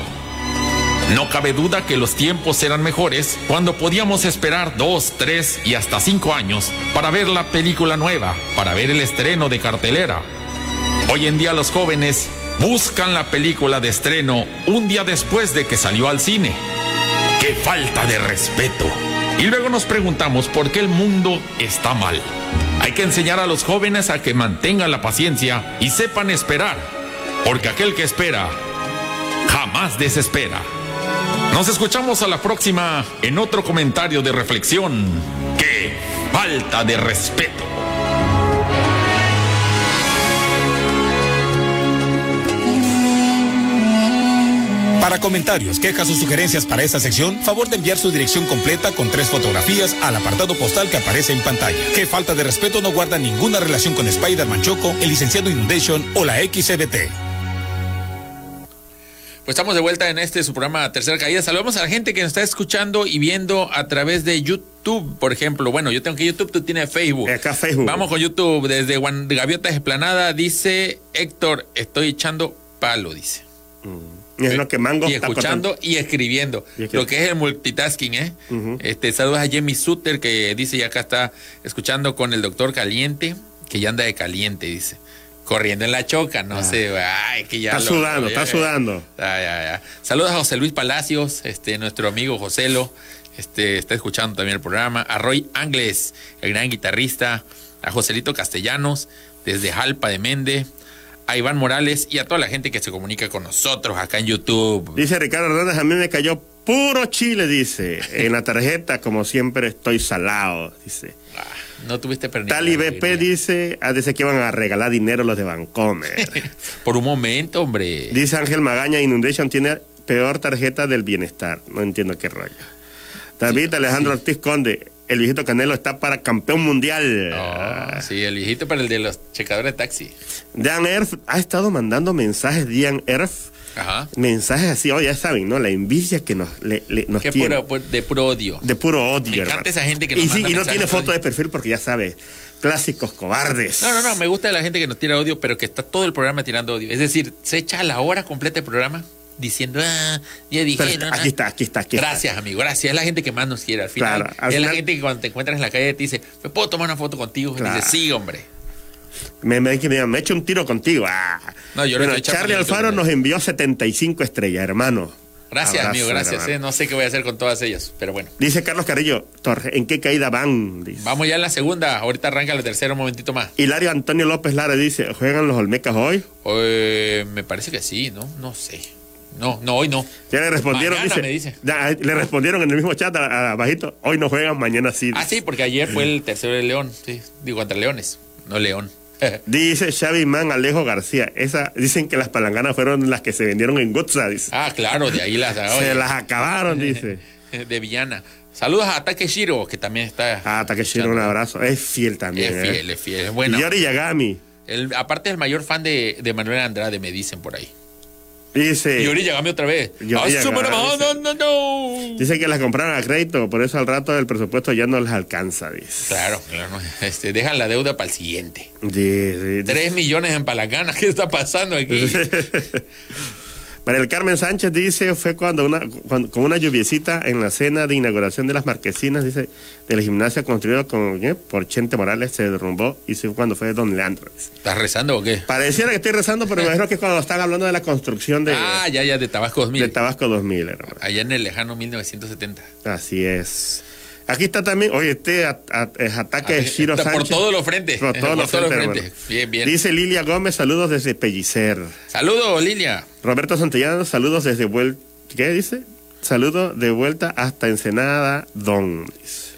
S5: No cabe duda que los tiempos eran mejores cuando podíamos esperar dos, tres y hasta cinco años para ver la película nueva, para ver el estreno de cartelera. Hoy en día los jóvenes buscan la película de estreno un día después de que salió al cine. ¡Qué falta de respeto! Y luego nos preguntamos por qué el mundo está mal. Hay que enseñar a los jóvenes a que mantengan la paciencia y sepan esperar, porque aquel que espera jamás desespera. Nos escuchamos a la próxima en otro comentario de reflexión. ¡Qué falta de respeto!
S2: Para comentarios, quejas o sugerencias para esta sección, favor de enviar su dirección completa con tres fotografías al apartado postal que aparece en pantalla. Que falta de respeto no guarda ninguna relación con Spider-Man Choco, el licenciado Inundation o la XCBT.
S3: Pues estamos de vuelta en este su programa Tercera Caída. Saludamos a la gente que nos está escuchando y viendo a través de YouTube, por ejemplo. Bueno, yo tengo que YouTube, tú tienes Facebook.
S4: Acá Facebook.
S3: Vamos con YouTube. Desde Guan- Gaviotas Esplanada dice Héctor, estoy echando palo, dice.
S4: Y es lo que Mango
S3: Eh, y
S4: está
S3: escuchando y escribiendo.
S4: Y es que-
S3: Lo que es el multitasking, ¿eh?
S4: Ujú.
S3: este, saludos a Jimmy Sutter que dice, ya acá está escuchando con el doctor Caliente, que ya anda de caliente, dice. Corriendo en la choca, no sé. Ay, que ya
S4: Ah. Está
S3: lo- eh. ya-
S4: sudando, está sudando.
S3: ya, ya, ya. Saludos a José Luis Palacios, este, nuestro amigo Joselo, este, está escuchando también el programa. A Roy Angles, el gran guitarrista. A Joselito Castellanos, desde Jalpa de Mende. A Iván Morales y a toda la gente que se comunica con nosotros acá en YouTube.
S4: Dice Ricardo Hernández, a mí me cayó puro chile, dice. En la tarjeta, como siempre, estoy salado, dice.
S3: No tuviste permiso.
S4: Tal y BP dice, ah, dice que van a regalar dinero los de Bancomer.
S3: Por un momento, hombre.
S4: dice Ángel Magaña, Inundation tiene peor tarjeta del bienestar. No entiendo qué rollo. David Alejandro Ortiz Conde, el viejito Canelo está para campeón mundial.
S3: No, sí, el viejito para el de los checadores de taxi.
S4: Dan Erf ha estado mandando mensajes, Dan Erf,
S3: Ajá.
S4: mensajes así, oh, ya saben, ¿no? La envidia que nos, le- le- nos
S3: Que
S4: tiene.
S3: puro, pu- de puro odio.
S4: De puro odio.
S3: Me encanta
S4: hermano.
S3: esa gente que nos
S4: y, sí,
S3: manda
S4: y no
S3: mensajes
S4: tiene
S3: todo el
S4: foto de perfil porque ya sabe, clásicos cobardes.
S3: No, no, no, me gusta la gente que nos tira odio, pero que está todo el programa tirando odio. Es decir, se echa a la hora completa el programa diciendo, ah, ya dije,
S4: Pero
S3: no, no".
S4: aquí está, aquí está, aquí está.
S3: Gracias, amigo, gracias. Es la gente que más nos quiere al final.
S4: Claro, al
S3: es la
S4: final-
S3: gente que cuando te encuentras en la calle te dice, ¿me puedo tomar una foto contigo? Y
S4: Claro.
S3: dice, sí, hombre.
S4: Me, me, me, me echo un tiro contigo. Ah.
S3: No, yo le
S4: Bueno,
S3: estoy echando
S4: Charlie
S3: un tiro
S4: Alfaro
S3: contigo.
S4: nos envió 75 estrellas, hermano.
S3: Gracias,
S4: Abrazo,
S3: amigo, gracias.
S4: hermano.
S3: eh. No sé qué voy a hacer con todas ellas, pero bueno.
S4: Dice Carlos Carrillo, Torre, ¿en qué caída van? Dice.
S3: Vamos ya en la segunda, ahorita arranca la tercera un momentito más.
S4: Hilario Antonio López Lara dice, ¿juegan los Olmecas hoy?
S3: Eh, me parece que sí, ¿no? No sé. No, no, hoy no.
S4: Ya le respondieron,
S3: Mañana,
S4: dice,
S3: me dice.
S4: Ya, eh, le respondieron en el mismo chat a, a Bajito, hoy no juegan, mañana sí.
S3: Ah, sí, porque ayer fue el tercero de León, sí. Digo, contra Leones, no León.
S4: Dice Xavi Man Alejo García, esa, dicen que las palanganas fueron las que se vendieron en Gotza, dice.
S3: Ah, claro, de ahí las
S4: Se las acabaron, dice.
S3: de Villana. Saludos a Ataque Shiro, que también está.
S4: Ah, Takeshi, un abrazo. Es fiel
S3: Es
S4: también.
S3: fiel,
S4: ¿eh?
S3: es fiel. es Bueno,
S4: Yori Yagami
S3: el- aparte es el mayor fan de, de Manuel Andrade, me dicen por ahí.
S4: dice,
S3: Y ahorita llegame otra vez.
S4: Yori
S3: Ah,
S4: Yagami,
S3: su buena madre,
S4: dice.
S3: no, no, no.
S4: dice que las compraron a crédito, por eso al rato el presupuesto ya no les alcanza, dice.
S3: Claro, claro. Este, dejan la deuda para el siguiente.
S4: Dice,
S3: Tres millones en palangana, ¿qué está pasando aquí?
S4: Para el Carmen Sánchez dice, fue cuando una, cuando- con una lluviecita en la cena de inauguración de las marquesinas, dice, del gimnasio construido con, ¿eh? por Chente Morales, se derrumbó y sí fue cuando fue Don Leandro. dice.
S3: ¿Estás rezando o qué?
S4: Pareciera que estoy rezando, pero me imagino que es cuando están hablando de la construcción de,
S3: Ah, ya, ya, de Tabasco
S4: de
S3: 2000.
S4: Tabasco 2000, hermano.
S3: Allá en el lejano 1970.
S4: Así es. Aquí está también, oye, este a- a- es ataque de
S3: Así-
S4: Ciro
S3: Ah, por
S4: Sánchez.
S3: todos los frentes.
S4: Por todos los frentes, hermano.
S3: Bien, bien.
S4: Dice Lilia Gómez, saludos desde Pellicer.
S3: Saludos, Lilia.
S4: Roberto Santillán, saludos desde vuelta. ¿Qué dice? Saludos de vuelta hasta Ensenada, Don. dice.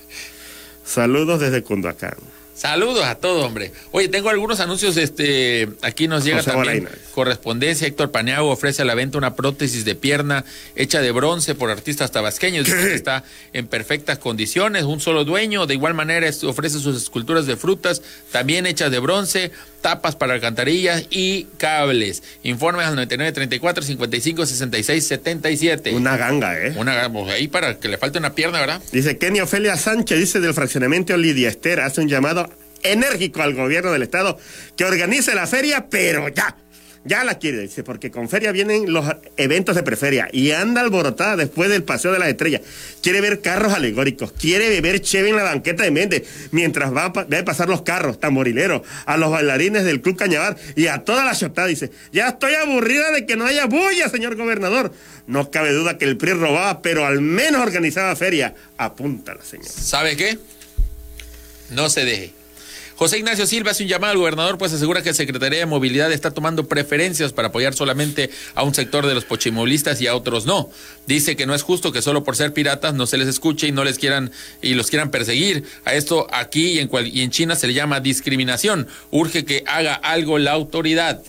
S4: Saludos desde Cunduacán.
S3: Saludos a todos, hombre. Oye, tengo algunos anuncios. Este, aquí nos llega
S4: José
S3: también
S4: Bolaños.
S3: correspondencia. Héctor Paneago ofrece a la venta una prótesis de pierna hecha de bronce por artistas tabasqueños. Dice que Está en perfectas condiciones. Un solo dueño. De igual manera es- ofrece sus esculturas de frutas, también hechas de bronce, tapas para alcantarillas y cables. Informes al 99 34 55 66 77.
S4: Una ganga, ¿eh?
S3: Una gran- pues, ahí para que le falte una pierna, ¿verdad?
S4: Dice Kenia Ofelia Sánchez, dice del fraccionamiento Lidia Esther, hace un llamado enérgico al gobierno del estado que organice la feria, pero ya. Ya la quiere, dice, porque con feria vienen los eventos de preferia y anda alborotada después del paseo de las estrellas. Quiere ver carros alegóricos, quiere beber cheve en la banqueta de Méndez mientras va a, pa- ve pasar los carros tamborileros, a los bailarines del Club Cañabar y a toda la chotada. Dice, ya estoy aburrida de que no haya bulla, señor gobernador. No cabe duda que el PRI robaba, pero al menos organizaba feria. Apúntala, señor.
S3: ¿Sabe qué? No se deje. José Ignacio Silva hace un llamado al gobernador, pues asegura que la Secretaría de Movilidad está tomando preferencias para apoyar solamente a un sector de los pochimovilistas y a otros no. Dice que no es justo que solo por ser piratas no se les escuche y no les quieran y los quieran perseguir. A esto aquí y en, cual- y en China se le llama discriminación. Urge que haga algo la autoridad.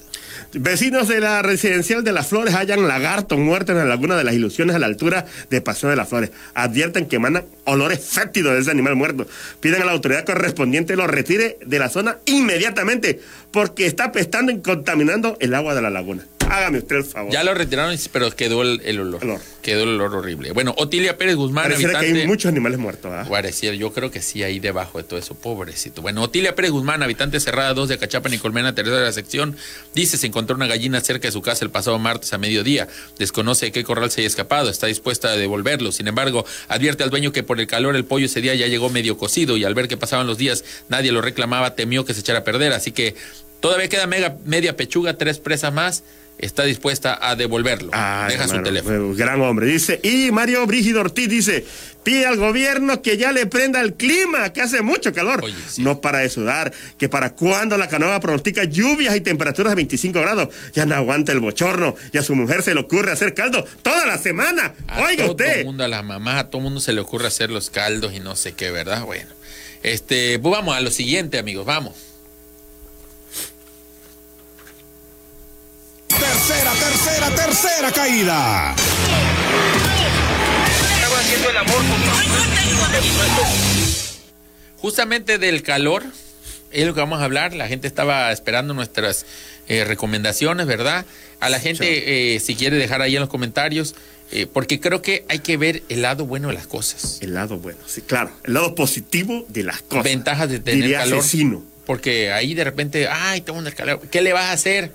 S4: Vecinos de la residencial de Las Flores hallan lagarto muerto en la Laguna de las Ilusiones a la altura de Paseo de las Flores. Advierten que emanan olores fétidos de ese animal muerto. Piden a la autoridad correspondiente lo retire de la zona inmediatamente porque está pestando y contaminando el agua de la laguna. Hágame usted el favor.
S3: Ya lo retiraron, pero quedó el, el olor.
S4: Olor.
S3: Quedó el olor horrible. Bueno, Otilia Pérez Guzmán,
S4: Pareciera que
S3: habitante-
S4: hay muchos animales muertos. ¿ah?
S3: Pareciera, yo creo que sí, ahí debajo de todo eso, pobrecito. Bueno, Otilia Pérez Guzmán, habitante cerrada 2 de Acachapan y Colmena, tercera de la sección, dice se encontró una gallina cerca de su casa el pasado martes a mediodía. Desconoce de qué corral se haya escapado, está dispuesta a devolverlo. Sin embargo, advierte al dueño que por el calor el pollo ese día ya llegó medio cocido y al ver que pasaban los días nadie lo reclamaba, temió que se echara a perder. Así que todavía queda mega- media pechuga, tres presas más, está dispuesta a devolverlo.
S4: Ay,
S3: Deja su
S4: Ah, hermano,
S3: teléfono.
S4: un Gran hombre, dice. Y Mario Brígido Ortiz dice, pide al gobierno que ya le prenda el clima, que hace mucho calor.
S3: Oye, sí.
S4: No para de sudar, que para cuando la canoa pronostica lluvias y temperaturas de 25 grados, ya no aguanta el bochorno y a su mujer se le ocurre hacer caldo toda la semana.
S3: A
S4: Oiga
S3: todo
S4: usted.
S3: mundo, a las mamás, a todo mundo se le ocurre hacer los caldos y no sé qué, ¿verdad? Bueno, este, pues vamos a lo siguiente, amigos, vamos.
S2: Tercera, tercera, tercera caída.
S3: Justamente del calor es lo que vamos a hablar. La gente estaba esperando nuestras eh, recomendaciones, ¿verdad? A la gente, eh, si quiere dejar ahí en los comentarios, eh, porque creo que hay que ver el lado bueno de las cosas.
S4: El lado bueno, sí, claro. El lado positivo de las cosas.
S3: Ventajas de tener
S4: Diría
S3: calor.
S4: asesino.
S3: Porque ahí de repente, ay, tengo un calor. ¿Qué le vas a hacer?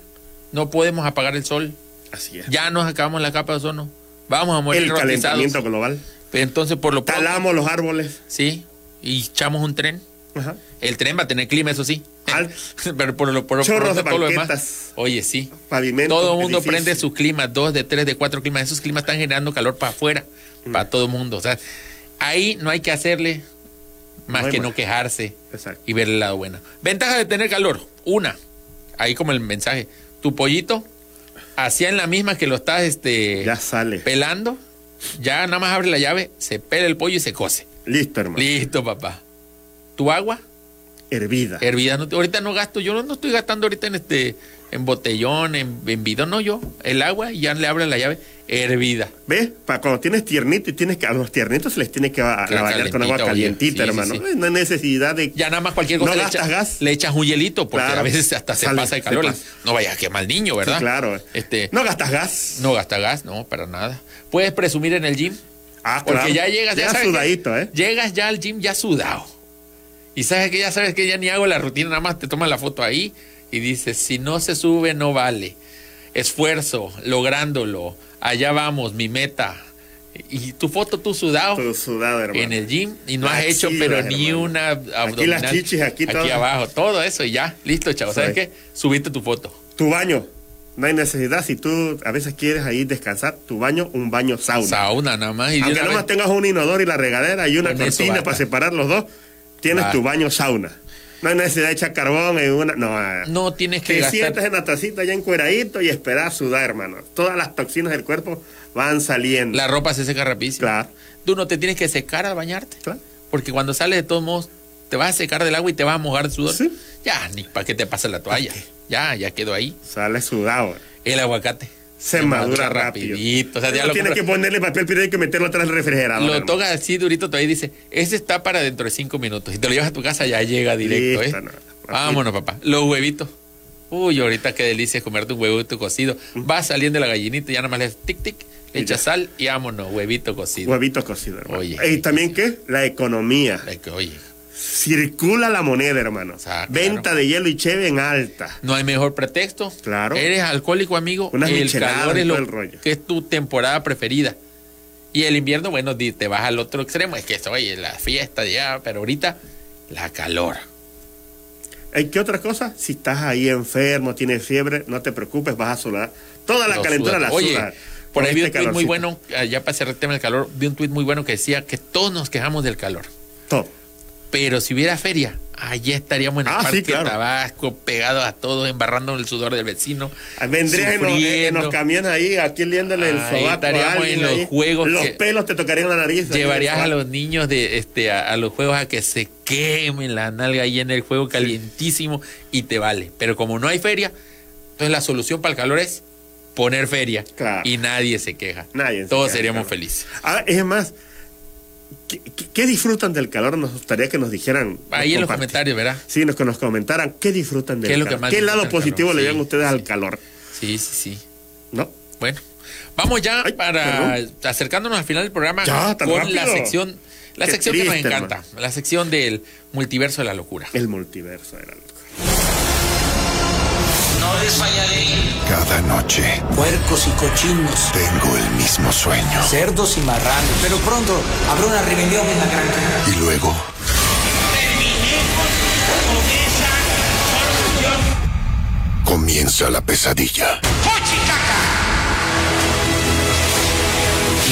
S3: No podemos apagar el sol.
S4: Así es.
S3: Ya nos acabamos la capa de ozono. Vamos a morir
S4: el
S3: rostizados.
S4: calentamiento global.
S3: Entonces, por lo pronto,
S4: Talamos los árboles.
S3: sí, y echamos un tren.
S4: Ajá.
S3: El tren va a tener clima, eso sí.
S4: Al-
S3: Pero por lo por, lo-
S4: Chorros
S3: por lo-
S4: de
S3: todo lo
S4: banquetas.
S3: demás. Oye, sí.
S4: Pavimento,
S3: todo el mundo
S4: edificios.
S3: prende sus climas, dos, de tres, de cuatro climas. Esos climas están generando calor para afuera,
S4: Mm.
S3: para todo el mundo. O sea, ahí no hay que hacerle más
S4: No hay
S3: que
S4: más.
S3: no quejarse
S4: Exacto.
S3: y ver el lado bueno. Ventaja de tener calor. Una, ahí como el mensaje, tu pollito, hacía en la misma que lo estás este,
S4: Ya sale.
S3: pelando, ya nada más abre la llave, se pela el pollo y se cose.
S4: Listo, hermano.
S3: Listo, papá. Tu agua,
S4: Hervida.
S3: hervida. No te- ahorita no gasto, yo no, no estoy gastando ahorita en este, en botellón, en, en bidón, no yo. El agua y ya le abre la llave, hervida.
S4: ¿Ves? Para cuando tienes tiernito, y tienes que, a los tiernitos se les tiene que ba-
S3: Claro,
S4: bañar con agua
S3: calentita, oye. Sí,
S4: calientita,
S3: sí,
S4: hermano.
S3: sí.
S4: Eh, No hay necesidad de.
S3: Ya nada más cualquier
S4: No
S3: cosa le,
S4: gastas
S3: echas-
S4: gas.
S3: le echas un hielito, porque
S4: Claro.
S3: a veces hasta se
S4: Sale,
S3: pasa de
S4: se
S3: calor.
S4: pasa.
S3: No vayas a quemar al niño, ¿verdad?
S4: Sí, claro.
S3: Este,
S4: No gastas gas.
S3: No gasta gas, no, para nada. Puedes presumir en el gym.
S4: Ah,
S3: Porque
S4: claro.
S3: ya llegas, ya,
S4: Ya
S3: sabes
S4: sudadito,
S3: que-
S4: ¿eh?
S3: Llegas ya al gym ya sudado. Y sabes que ya sabes que ya ni hago la rutina, nada más te tomas la foto ahí y dices, si no se sube, no vale. Esfuerzo, lográndolo. Allá vamos, mi meta. Y tu foto, tú sudado.
S4: Todo sudado, hermano.
S3: En el gym y no
S4: Las
S3: has hecho,
S4: chichis,
S3: pero ni
S4: hermano.
S3: una
S4: Aquí las
S3: abdominal.
S4: chichis, aquí todo.
S3: abajo, todo eso y ya, listo, chavo. ¿Sabes
S4: Sí.
S3: qué? Subiste tu foto.
S4: Tu baño. No hay necesidad. Si tú a veces quieres ahí descansar, tu baño, un baño sauna.
S3: Sauna nada más. Y de
S4: Aunque
S3: una
S4: nada
S3: vez-
S4: más tengas un inodoro y la regadera y una
S3: Con eso
S4: cortina
S3: basta.
S4: para separar los dos, tienes
S3: Basta.
S4: tu baño sauna. No hay necesidad de echar carbón en una. No, eh.
S3: No tienes que
S4: Te
S3: gastar-
S4: sientas en la tacita ya encueradito y esperas a sudar, hermano. Todas las toxinas del cuerpo van saliendo.
S3: La ropa se seca rapidísimo.
S4: Claro.
S3: Tú no te tienes que secar al bañarte.
S4: Claro.
S3: Porque cuando sales de todos modos, te vas a secar del agua y te vas a mojar de sudor.
S4: Sí.
S3: Ya, ni para qué te pasa la toalla. Ya, ya quedó ahí.
S4: Sale sudado.
S3: El aguacate.
S4: Se, madura, rápido.
S3: rapidito, o sea, ya
S4: Uno
S3: lo
S4: tiene
S3: compras-
S4: que ponerle papel periódico y meterlo atrás del refrigerador.
S3: Lo
S4: hermano.
S3: toca así durito todavía y dice, ese está para dentro de cinco minutos. Y te lo llevas a tu casa, ya llega directo,
S4: Listo,
S3: ¿eh?
S4: no, papito.
S3: Vámonos, papá. Los huevitos. Uy, ahorita qué delicia es comerte un huevito cocido. Va saliendo la gallinita, ya nada más le haces tic tic, le
S4: Mm. Y
S3: echas
S4: ya.
S3: sal y vámonos, huevito cocido.
S4: Huevitos cocidos, hermano.
S3: Oye,
S4: y también, ¿qué? La economía.
S3: Ay, que, Oye,
S4: Circula la moneda, hermano.
S3: Ah, claro.
S4: Venta de hielo y cheve en alta.
S3: no hay mejor pretexto.
S4: Claro.
S3: Eres alcohólico, amigo.
S4: Unas
S3: el
S4: micheladas
S3: calor
S4: y
S3: es
S4: todo
S3: lo
S4: el rollo.
S3: que es tu temporada preferida. Y el invierno, bueno, di- te vas al otro extremo. Es que oye, la fiesta ya, pero ahorita la calor.
S4: ¿Y qué otra cosa? Si estás ahí enfermo, tienes fiebre, no te preocupes, vas a sudar. Toda la
S3: Lo
S4: calentura
S3: sudan.
S4: la
S3: Oye,
S4: sudas.
S3: por
S4: Con
S3: ahí vi un
S4: este
S3: tuit muy
S4: calorcito.
S3: bueno, allá para cerrar el tema del calor, vi un tuit muy bueno que decía que todos nos quejamos del calor.
S4: Top.
S3: Pero si hubiera feria, allí estaríamos en el
S4: Ah, sí,
S3: parque
S4: claro.
S3: Tabasco, pegados a todos, embarrando el sudor del vecino.
S4: Vendrías en los, en
S3: sufriendo.
S4: los camiones ahí, aquí liéndole el
S3: Ahí
S4: sobaco. a
S3: estaríamos
S4: alguien
S3: en los juegos
S4: Los
S3: que-
S4: pelos te tocarían la nariz. ahí,
S3: Llevarías
S4: el
S3: a
S4: sobaco.
S3: los niños de este a, a los juegos a que se quemen la nalga ahí en el juego calientísimo y te vale. Pero como no hay feria, entonces la solución para el calor es poner feria
S4: Claro.
S3: y nadie se queja.
S4: Nadie se
S3: todos
S4: queja,
S3: seríamos
S4: claro.
S3: felices.
S4: Ah, es más, ¿qué, qué- qué disfrutan del calor? Nos gustaría que nos dijeran.
S3: Ahí en los
S4: comparti-
S3: comentarios, ¿verdad?
S4: Sí, nos, que nos comentaran qué disfrutan del
S3: ¿Qué es lo que
S4: calor.
S3: más
S4: ¿Qué
S3: disfrutan
S4: lado
S3: del
S4: positivo
S3: calor?
S4: le
S3: Sí,
S4: ven ustedes al
S3: sí.
S4: calor?
S3: Sí, sí, sí.
S4: ¿No?
S3: Bueno, vamos ya
S4: Ay,
S3: para acercándonos al final del programa
S4: Ya, tan
S3: con la
S4: rápido.
S3: sección, la
S4: Qué
S3: sección que
S4: triste, Eh.
S3: nos encanta, la sección del multiverso de la locura.
S4: El multiverso era loco.
S8: Cada noche
S9: Puercos y cochinos,
S8: tengo el mismo sueño.
S9: cerdos y marranos. Pero pronto habrá una rebelión en la granja.
S8: Y luego comienza la pesadilla.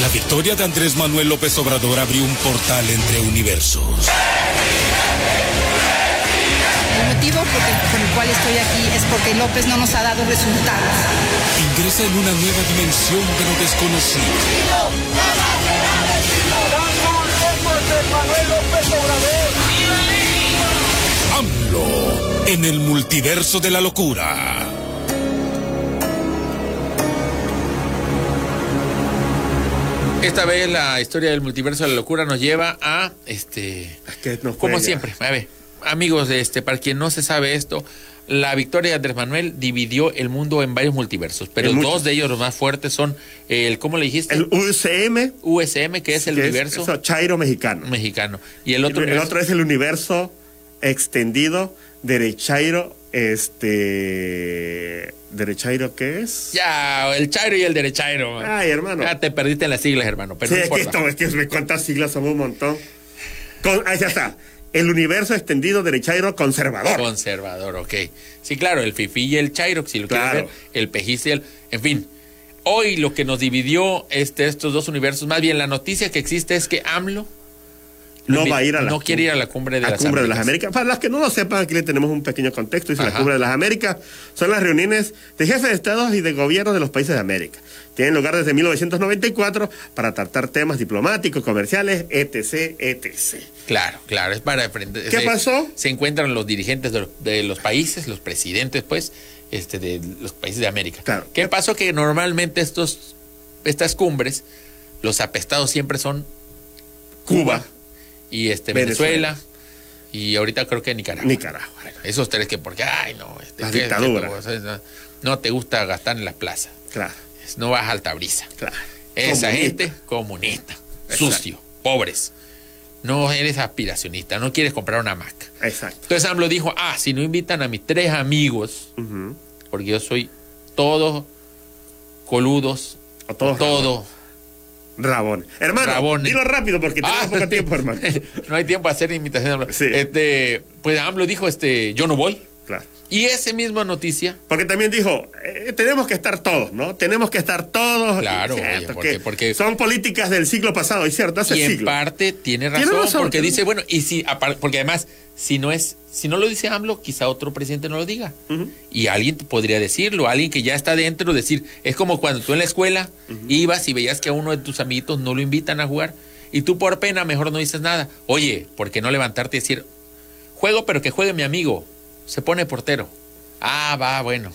S2: La victoria de Andrés Manuel López Obrador abrió un portal entre universos.
S10: El motivo por el, por el cual estoy aquí es porque López no nos ha dado resultados.
S2: Ingresa en una nueva dimensión de lo desconocido. AMLO en el multiverso de la locura.
S3: Esta vez la historia del multiverso de la locura nos lleva a este
S4: Es que nos
S3: como
S4: fue ya.
S3: siempre, a ver, amigos de este, para quien no se sabe esto, la victoria de Andrés Manuel dividió el mundo en varios multiversos, pero
S4: En
S3: dos
S4: muchos.
S3: de ellos los más fuertes son el ¿cómo le dijiste?
S4: El UCM,
S3: USM, que es el
S4: que es-
S3: universo
S4: eso, Chairo mexicano.
S3: mexicano, y el
S4: El
S3: otro
S4: otro,
S3: universo-
S4: es el universo extendido derechairo. Este. ¿Derechairo qué es?
S3: Ya, el chairo y el derechairo.
S4: Ay, hermano.
S3: Ya te perdiste en las siglas, hermano. Pero
S4: sí,
S3: no
S4: es que
S3: importa.
S4: esto, es que me cuántas siglas somos un montón. Con, ahí ya está. El universo extendido derechairo conservador.
S3: Conservador, ok. Sí, claro, el fifi y el chairo, si lo
S4: Claro.
S3: quieres ver, el pejis y el... En fin, hoy lo que nos dividió este, estos dos universos, más bien la noticia que existe es que AMLO
S4: no va a ir a la
S3: no quiere ir a la cumbre de
S4: a
S3: las
S4: Cumbre de las
S3: Américas.
S4: Américas. Para las que no lo sepan, aquí le tenemos un pequeño contexto. Dice la
S3: Ajá.
S4: Cumbre de las Américas son las reuniones de jefes de estados y de gobiernos de los países de América. Tienen lugar desde 1994 para tratar temas diplomáticos, comerciales, etc, etc.
S3: Claro, claro, es para aprender.
S4: ¿Qué
S3: se-
S4: pasó?
S3: Se encuentran los dirigentes de, los- de los países, los presidentes, pues, este, de los países de América.
S4: Claro.
S3: ¿Qué pasó? Que normalmente estos, estas cumbres, los apestados siempre son
S4: Cuba,
S3: y este
S4: Venezuela.
S3: Venezuela, y ahorita creo que Nicaragua.
S4: Nicaragua.
S3: Bueno, esos tres que porque ay no, este,
S4: Las
S3: ¿qué- qué
S4: dictaduras.
S3: te vas a- no te gusta gastar en las plazas,
S4: Claro,
S3: no vas a alta brisa.
S4: claro.
S3: Esa
S4: Comunista.
S3: gente comunista, sucio, pobres. No eres aspiracionista, no quieres comprar una Mac.
S4: Exacto.
S3: Entonces AMLO dijo, ah, si no invitan a mis tres amigos,
S4: Ujú.
S3: porque yo soy todos coludos,
S4: O todos
S3: todo.
S4: Rabón. Hermano,
S3: Rabones.
S4: dilo rápido porque tenemos
S3: Ah,
S4: poco tiempo, hermano.
S3: no hay tiempo a hacer imitación. AMLO.
S4: Sí.
S3: Este, pues AMLO dijo, este, yo no voy.
S4: Claro.
S3: Y esa misma noticia,
S4: Porque también dijo, eh, tenemos que estar todos, ¿no? Tenemos que estar todos.
S3: Claro,
S4: Y cierto,
S3: oye, porque-
S4: que
S3: porque-
S4: son políticas del siglo pasado, y cierto, hace
S3: y en
S4: siglo.
S3: parte tiene razón,
S4: Tiene razón,
S3: porque
S4: tiene-
S3: dice, bueno, y si, apar- porque además, si no es, si no lo dice AMLO, quizá otro presidente no lo diga. Y alguien podría decirlo, alguien que ya está dentro, decir, es como cuando tú en la escuela ibas y veías que a uno de tus amiguitos no lo invitan a jugar, y tú por pena mejor no dices nada. Oye, ¿por qué no levantarte y decir, Juego, pero que juegue mi amigo. Se pone portero. Ah, va, bueno.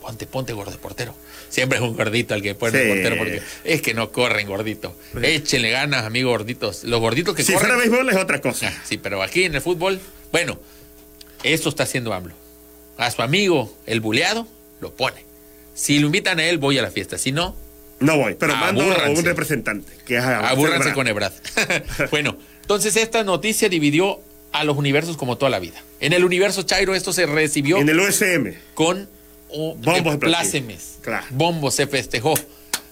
S3: Ponte, ponte gordo portero. Siempre es un gordito al que pone
S4: Sí.
S3: portero porque es que no corren gordito. Échenle ganas, amigos gorditos. Los gorditos que
S4: Si
S3: corren.
S4: fuera béisbol es otra cosa.
S3: Ah, Sí, pero aquí en el fútbol, bueno, eso está haciendo AMLO. A su amigo, el buleado, lo pone. Si lo invitan a él, voy a la fiesta. Si no,
S4: No voy, pero mando a
S3: Abúrranse.
S4: un representante. Que Ah, es a-
S3: abúrranse
S4: celebrar.
S3: con Ebrad. bueno, entonces esta noticia dividió a los universos como toda la vida. En el universo Chairo esto se recibió
S4: En el USM.
S3: con oh,
S4: Bombos
S3: eh,
S4: y
S3: plácemes.
S4: platillos. Claro.
S3: Bombos se festejó.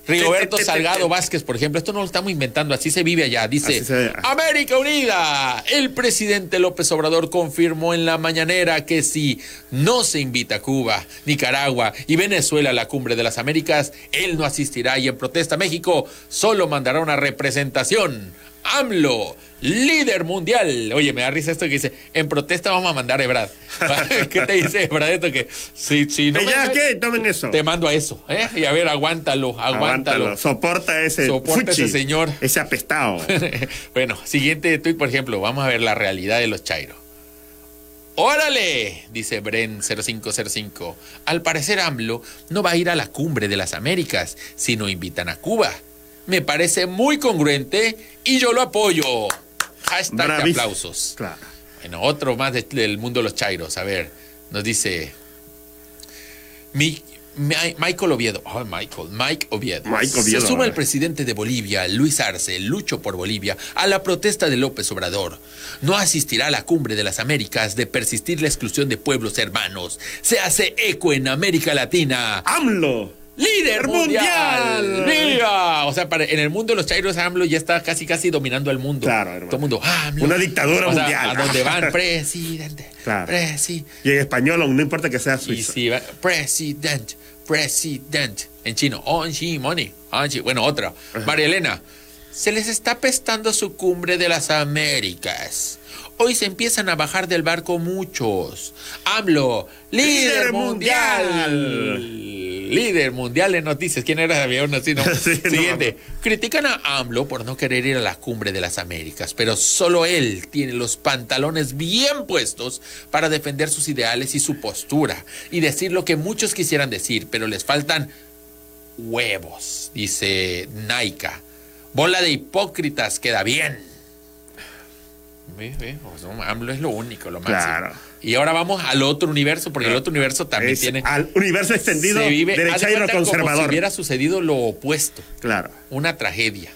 S3: Rigoberto
S4: Te, te, te, te,
S3: Salgado
S4: te.
S3: Vázquez, por ejemplo, esto no lo estamos inventando, así se vive allá. Dice,
S4: Así se ve.
S3: América Unida, el presidente López Obrador confirmó en la mañanera que si no se invita a Cuba, Nicaragua y Venezuela a la cumbre de las Américas, él no asistirá y en protesta México solo mandará una representación. AMLO, líder mundial. Oye, me da risa esto que dice, en protesta vamos a mandar a Ebrad. ¿Qué te dice Ebrad esto que si, si no
S4: Eh, ya,
S3: me-
S4: ¿qué? Tomen eso.
S3: te mando a eso, ¿eh? Y a ver, aguántalo, aguántalo.
S4: Aguántalo. Soporta ese.
S3: Soporta
S4: fuchi,
S3: ese señor.
S4: Ese apestado.
S3: bueno, siguiente tweet, por ejemplo, vamos a ver la realidad de los Chairo. ¡Órale! Dice Bren0505. Al parecer AMLO no va a ir a la cumbre de las Américas si no invitan a Cuba. Me parece muy congruente y yo lo apoyo. Hashtag de
S4: Bravísimo.
S3: aplausos.
S4: Claro.
S3: Bueno, otro más de- del mundo de los Chairos. A ver, nos dice Mi- Mi- Michael Oviedo. Oh, Michael, Mike Oviedo.
S4: Mike Oviedo,
S3: Se suma
S4: a
S3: el
S4: ver.
S3: presidente de Bolivia, Luis Arce, Lucho por Bolivia, a la protesta de López Obrador. No asistirá a la cumbre de las Américas de persistir la exclusión de pueblos hermanos. Se hace eco en América Latina.
S4: AMLO.
S3: ¡Líder mundial!
S4: mundial!
S3: ¡Viva! O sea, para- en el mundo de los chairos, AMLO ya está casi, casi dominando al mundo.
S4: Claro, hermano.
S3: Todo el mundo, "Ah, AMLO.
S4: Una dictadura
S3: O sea,
S4: mundial.
S3: a donde van, presidente.
S4: Claro.
S3: Presi
S4: Y en español, aún no importa que sea
S3: y
S4: suizo.
S3: si va, president, president. En chino, onji money, onji. Bueno, otra. María Elena, se les está pestando su cumbre de las Américas. Hoy se empiezan a bajar del barco muchos. AMLO, líder
S4: Líder
S3: mundial.
S4: mundial.
S3: Líder mundial en noticias. ¿Quién era? Había uno así, ¿no?
S4: Sí, no,
S3: Siguiente. Critican a AMLO por no querer ir a la cumbre de las Américas, pero solo él tiene los pantalones bien puestos para defender sus ideales y su postura y decir lo que muchos quisieran decir, pero les faltan huevos, dice Naika. Bola de hipócritas queda bien. Ve, ve, o sea, AMLO es lo único, lo máximo.
S4: Claro.
S3: Y ahora vamos al otro universo, porque el otro universo también
S4: Es
S3: tiene.
S4: al universo extendido
S3: se vive haz de
S4: derecha y
S3: cuenta como si
S4: conservador.
S3: hubiera sucedido lo opuesto
S4: Claro.
S3: una tragedia.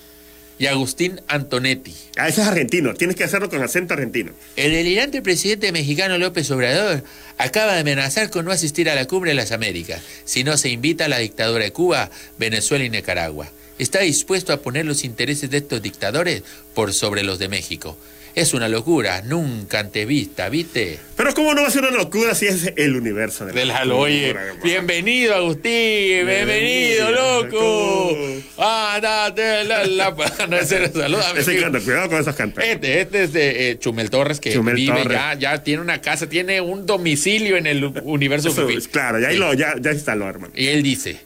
S3: Y Agustín Antonetti.
S4: A Ah, ese es argentino. Tienes que hacerlo con acento argentino.
S3: El delirante presidente mexicano López Obrador acaba de amenazar con no asistir a la cumbre de las Américas si no se invita a la dictadura de Cuba, Venezuela y Nicaragua. Está dispuesto a poner los intereses de estos dictadores por sobre los de México. Es una locura, nunca antes vista, ¿viste?
S4: Pero ¿cómo no va a ser una locura si es el universo de la
S3: Del
S4: locura,
S3: Oye,
S4: hermano?
S3: bienvenido Agustín, bienvenido,
S4: Bienvenido,
S3: loco.
S4: loco.
S3: Ah, date la, la, no, ese era- salúdame,
S4: Ese
S3: amigo.
S4: canta, cuidado con esos cantantes.
S3: Este, este es de eh, Chumel Torres, que
S4: Chumel
S3: vive
S4: Torres.
S3: ya, ya tiene una casa, tiene un domicilio en el universo.
S4: Eso
S3: Fifí.
S4: es, claro, ya, ahí
S3: Sí.
S4: lo, ya, ya instaló, hermano.
S3: Y él dice,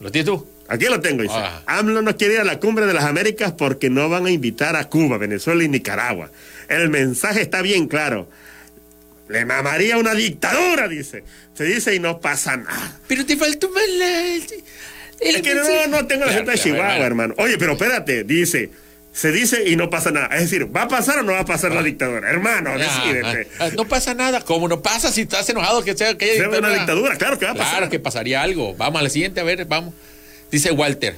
S3: ¿lo tienes tú?
S4: Aquí lo tengo, dice.
S3: Ah.
S4: AMLO no quiere ir a la cumbre de las Américas porque no van a invitar a Cuba, Venezuela y Nicaragua. El mensaje está bien claro. Le mamaría una dictadura, dice. Se dice y no pasa nada.
S3: Pero te faltó más la...
S4: Es que no, no tengo la gente de Chihuahua, hermano. Oye, pero espérate, dice. Se dice y no pasa nada. Es decir, ¿va a pasar o no va a pasar
S3: Ah.
S4: la dictadura? Hermano, decídete.
S3: no pasa nada, como no pasa si estás enojado que sea que haya
S4: Se ve una dictadura, claro que va a pasar.
S3: Claro que pasaría algo. Vamos a la siguiente, a ver, vamos. Dice Walter,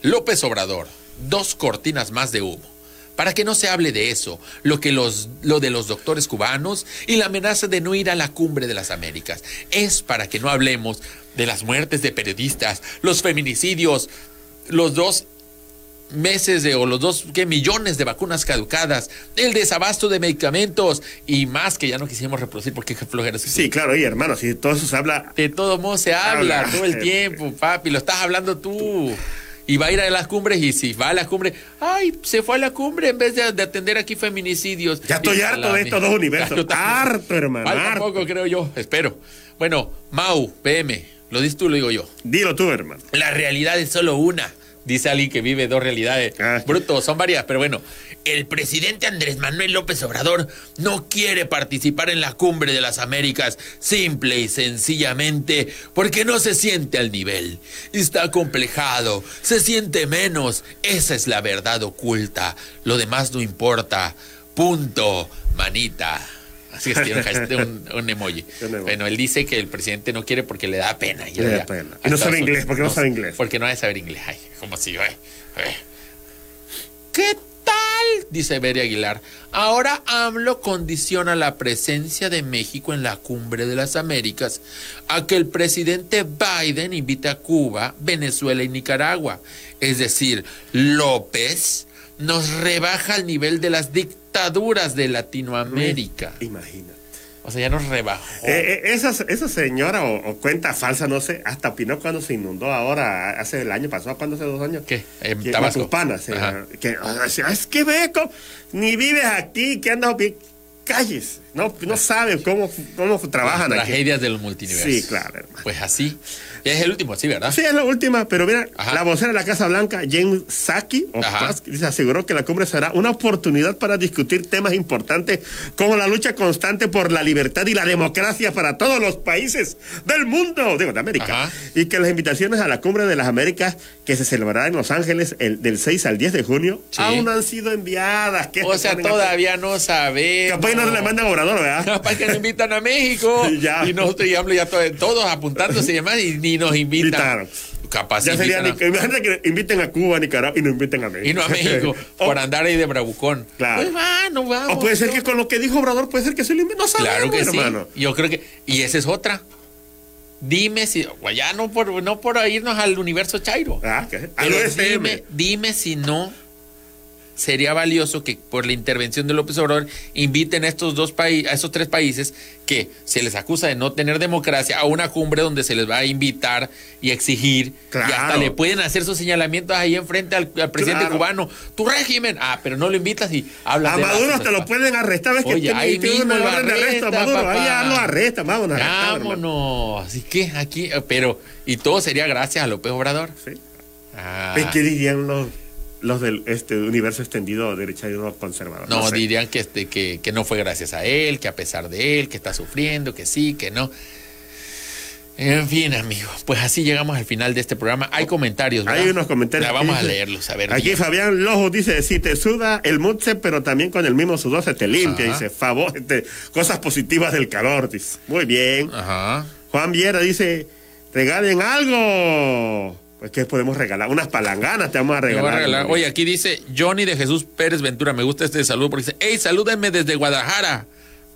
S3: López Obrador, dos cortinas más de humo. Para que no se hable de eso, lo, que los, lo de los doctores cubanos y la amenaza de no ir a la cumbre de las Américas. Es para que no hablemos de las muertes de periodistas, los feminicidios, los dos meses de, o los dos ¿qué? millones de vacunas caducadas, el desabasto de medicamentos y más que ya no quisimos reproducir porque qué flojera.
S4: Sí, claro, y hermano, si todo eso se habla.
S3: De todos modos se habla
S4: Habla.
S3: todo el tiempo, papi. Lo estás hablando tú. Y va a ir a las cumbres y si va a las cumbres, ay, se fue a la cumbre en vez de, de atender aquí feminicidios.
S4: Ya estoy
S3: Y a
S4: harto
S3: la
S4: de estos
S3: mierda.
S4: dos universos.
S3: Yo también.
S4: Harto, hermano,
S3: Falta
S4: harto.
S3: poco, creo yo. Espero. Bueno, Mau, PM, lo dices tú, lo digo yo.
S4: Dilo tú, hermano.
S3: La realidad es solo una. dice alguien que vive dos realidades.
S4: Ah.
S3: Bruto, son varias, pero bueno. El presidente Andrés Manuel López Obrador no quiere participar en la cumbre de las Américas, simple y sencillamente porque no se siente al nivel. Está complejado, se siente menos. Esa es la verdad oculta. Lo demás no importa. Punto, manita. Así es, tiene un, hashtag- un- un emoji.
S4: Un emoji.
S3: Bueno, él dice que el presidente no quiere porque le da pena.
S4: Le da pena. Y no sabe inglés, ¿por qué no sabe inglés?
S3: Porque no ha de saber inglés. Ay, como si yo. eh, eh. ¿Qué tal? Dice Bere Aguilar. Ahora AMLO condiciona la presencia de México en la cumbre de las Américas a que el presidente Biden invite a Cuba, Venezuela y Nicaragua. Es decir, López nos rebaja al nivel de las dictaduras de Latinoamérica.
S4: Imagínate.
S3: O sea, ya nos rebajó.
S4: Eh, eh, esa, esa señora o, o cuenta falsa, no sé, hasta opinó cuando se inundó ahora, hace el año pasado, ¿cuándo hace dos años?
S3: ¿Qué? En
S4: que,
S3: Tabasco.
S4: Macuspana, sí,
S3: Ajá.
S4: que, ah, es que ve, co- ni vives aquí, que andas opi- Calles, no, no
S3: Ah.
S4: sabes cómo, cómo trabajan
S3: Las
S4: aquí.
S3: tragedias del multiverso.
S4: Sí, claro, hermano.
S3: Pues así. Es el último, sí, ¿verdad?
S4: Sí, es la última, pero mira,
S3: Ajá.
S4: la vocera de la Casa Blanca, Jen Psaki, o
S3: Ajá.
S4: Psaki, dice, aseguró que la cumbre será una oportunidad para discutir temas importantes como la lucha constante por la libertad y la democracia para todos los países del mundo, digo, de América.
S3: Ajá.
S4: Y que las invitaciones a la cumbre de las Américas, que se celebrará en Los Ángeles el, del 6 al 10 de junio,
S3: Sí.
S4: aún no han sido enviadas. ¿Qué
S3: O
S4: se
S3: sea,
S4: ponen a-
S3: todavía no sabemos.
S4: Capaz y no le mandan a Obrador, ¿verdad?
S3: Capaz que nos invitan a México.
S4: Y ya.
S3: Y nosotros ya, ya to- todos apuntándose y demás, y ni nos invitan.
S4: Invitaron.
S3: Capaz
S4: Ya
S3: sí
S4: sería,
S3: invitan a-
S4: imagínate que inviten a Cuba, a Nicaragua y no inviten a México.
S3: y no a México,
S4: O-
S3: por andar ahí de bravucón.
S4: Claro.
S3: Pues va, no vamos.
S4: O puede ser
S3: no.
S4: que con lo que dijo Obrador, puede ser que se lo inventó. No sabemos,
S3: Claro que
S4: hermano.
S3: sí. Yo creo que. Y esa es otra. Dime si. Ya no por, no por irnos al universo Chairo.
S4: Ah, ¿qué? Al
S3: Pero
S4: OSM.
S3: dime, dime si no sería valioso que por la intervención de López Obrador inviten a estos dos países, a estos tres países que se les acusa de no tener democracia a una cumbre donde se les va a invitar y exigir y
S4: Claro.
S3: hasta le pueden hacer sus señalamientos ahí enfrente al, al presidente
S4: Claro.
S3: cubano, tu régimen, ah, pero no lo invitas y hablas
S4: A
S3: de
S4: Maduro
S3: las
S4: hasta lo
S3: cosas.
S4: pueden arrestar. ¿Ves
S3: Oye,
S4: que tiene-
S3: ahí
S4: tiene
S3: mismo
S4: una
S3: lo
S4: orden de arresto a
S3: arrestan,
S4: Maduro? Ahí
S3: papá.
S4: ya lo arrestan, vámonos. a arrestar, hermano.
S3: Vámonos. Así que aquí, eh, pero, y todo sería gracias a López Obrador.
S4: Sí.
S3: Ah.
S4: ¿Ves ¿Qué dirían los, los del este universo extendido derecha y los conservadores?
S3: No,
S4: sé.
S3: dirían que, este, que, que no fue gracias a él, que a pesar de él, que está sufriendo, que sí, que no. En fin, amigos, pues así llegamos al final de este programa. Hay comentarios, ¿verdad?
S4: Oh, Hay unos comentarios.
S3: Ya
S4: que
S3: vamos a
S4: dicen-
S3: leerlos, a ver.
S4: Aquí
S3: bien.
S4: Fabián Lojo dice: si te suda el mutse, pero también con el mismo sudor se te limpia.
S3: Ajá.
S4: Dice: favor, este, cosas positivas del calor. Dice: muy
S3: Ah,
S4: bien.
S3: Ajá.
S4: Juan Viera dice, regalen algo. Pues que podemos regalar unas palanganas, te vamos a
S3: Te voy
S4: regalar.
S3: a regalar. Oye, aquí dice Johnny de Jesús Pérez Ventura. Me gusta este saludo porque dice, hey, salúdenme desde Guadalajara.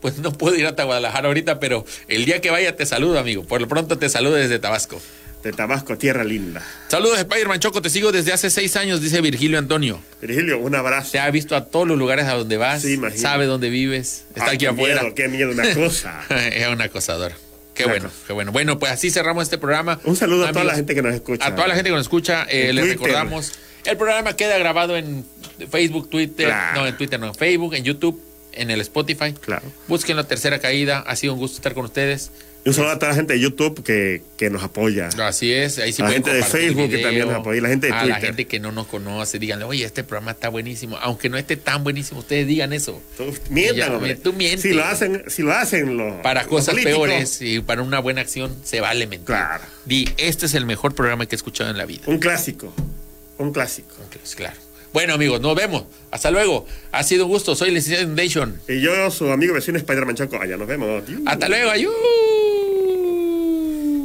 S3: Pues no puedo ir hasta Guadalajara ahorita, pero el día que vaya te saludo, amigo. Por lo pronto te saludo desde Tabasco.
S4: de Tabasco, tierra linda.
S3: Saludos, Spider-Man Choco. Te sigo desde hace seis años, dice Virgilio Antonio.
S4: Virgilio, un abrazo.
S3: Te ha visto a todos los lugares a donde vas,
S4: Sí, imagino.
S3: sabe dónde vives, está
S4: Ay,
S3: aquí
S4: qué
S3: afuera.
S4: miedo, qué miedo, una cosa.
S3: es un acosador. Qué
S4: Una
S3: bueno,
S4: cosa.
S3: qué bueno. Bueno, pues así cerramos este programa.
S4: Un saludo a toda la gente que nos escucha.
S3: A toda la gente que nos escucha, eh,
S4: En
S3: les
S4: Twitter.
S3: recordamos. El programa queda grabado en Facebook, Twitter,
S4: Claro.
S3: no, en Twitter, no, en Facebook, en YouTube, en el Spotify.
S4: Claro.
S3: Busquen la tercera caída. Ha sido un gusto estar con ustedes.
S4: Y un saludo a toda la gente de YouTube que, que nos apoya.
S3: Así es, ahí sí
S4: La
S3: pueden
S4: gente de
S3: compartir
S4: Facebook
S3: el
S4: que también nos apoya, y la gente de
S3: a la
S4: Twitter.
S3: gente que no nos conoce, díganle, oye, este programa está buenísimo. Aunque no esté tan buenísimo, ustedes digan eso.
S4: Tú-
S3: Y
S4: Mientan,
S3: ya,
S4: hombre.
S3: tú mientes.
S4: Si lo hacen, si lo hacen los
S3: Para
S4: los
S3: cosas
S4: políticos,
S3: peores y para una buena acción se vale mentir.
S4: Claro.
S3: Di, este es el mejor programa que he escuchado en la vida.
S4: Un clásico. Un clásico.
S3: Pues, claro. Bueno, amigos, nos vemos. Hasta luego. Ha sido un gusto. Soy Licenciado Nation.
S4: Y yo, su amigo vecino Spider-Man Choco, allá nos vemos.
S3: Hasta luego. Ayú.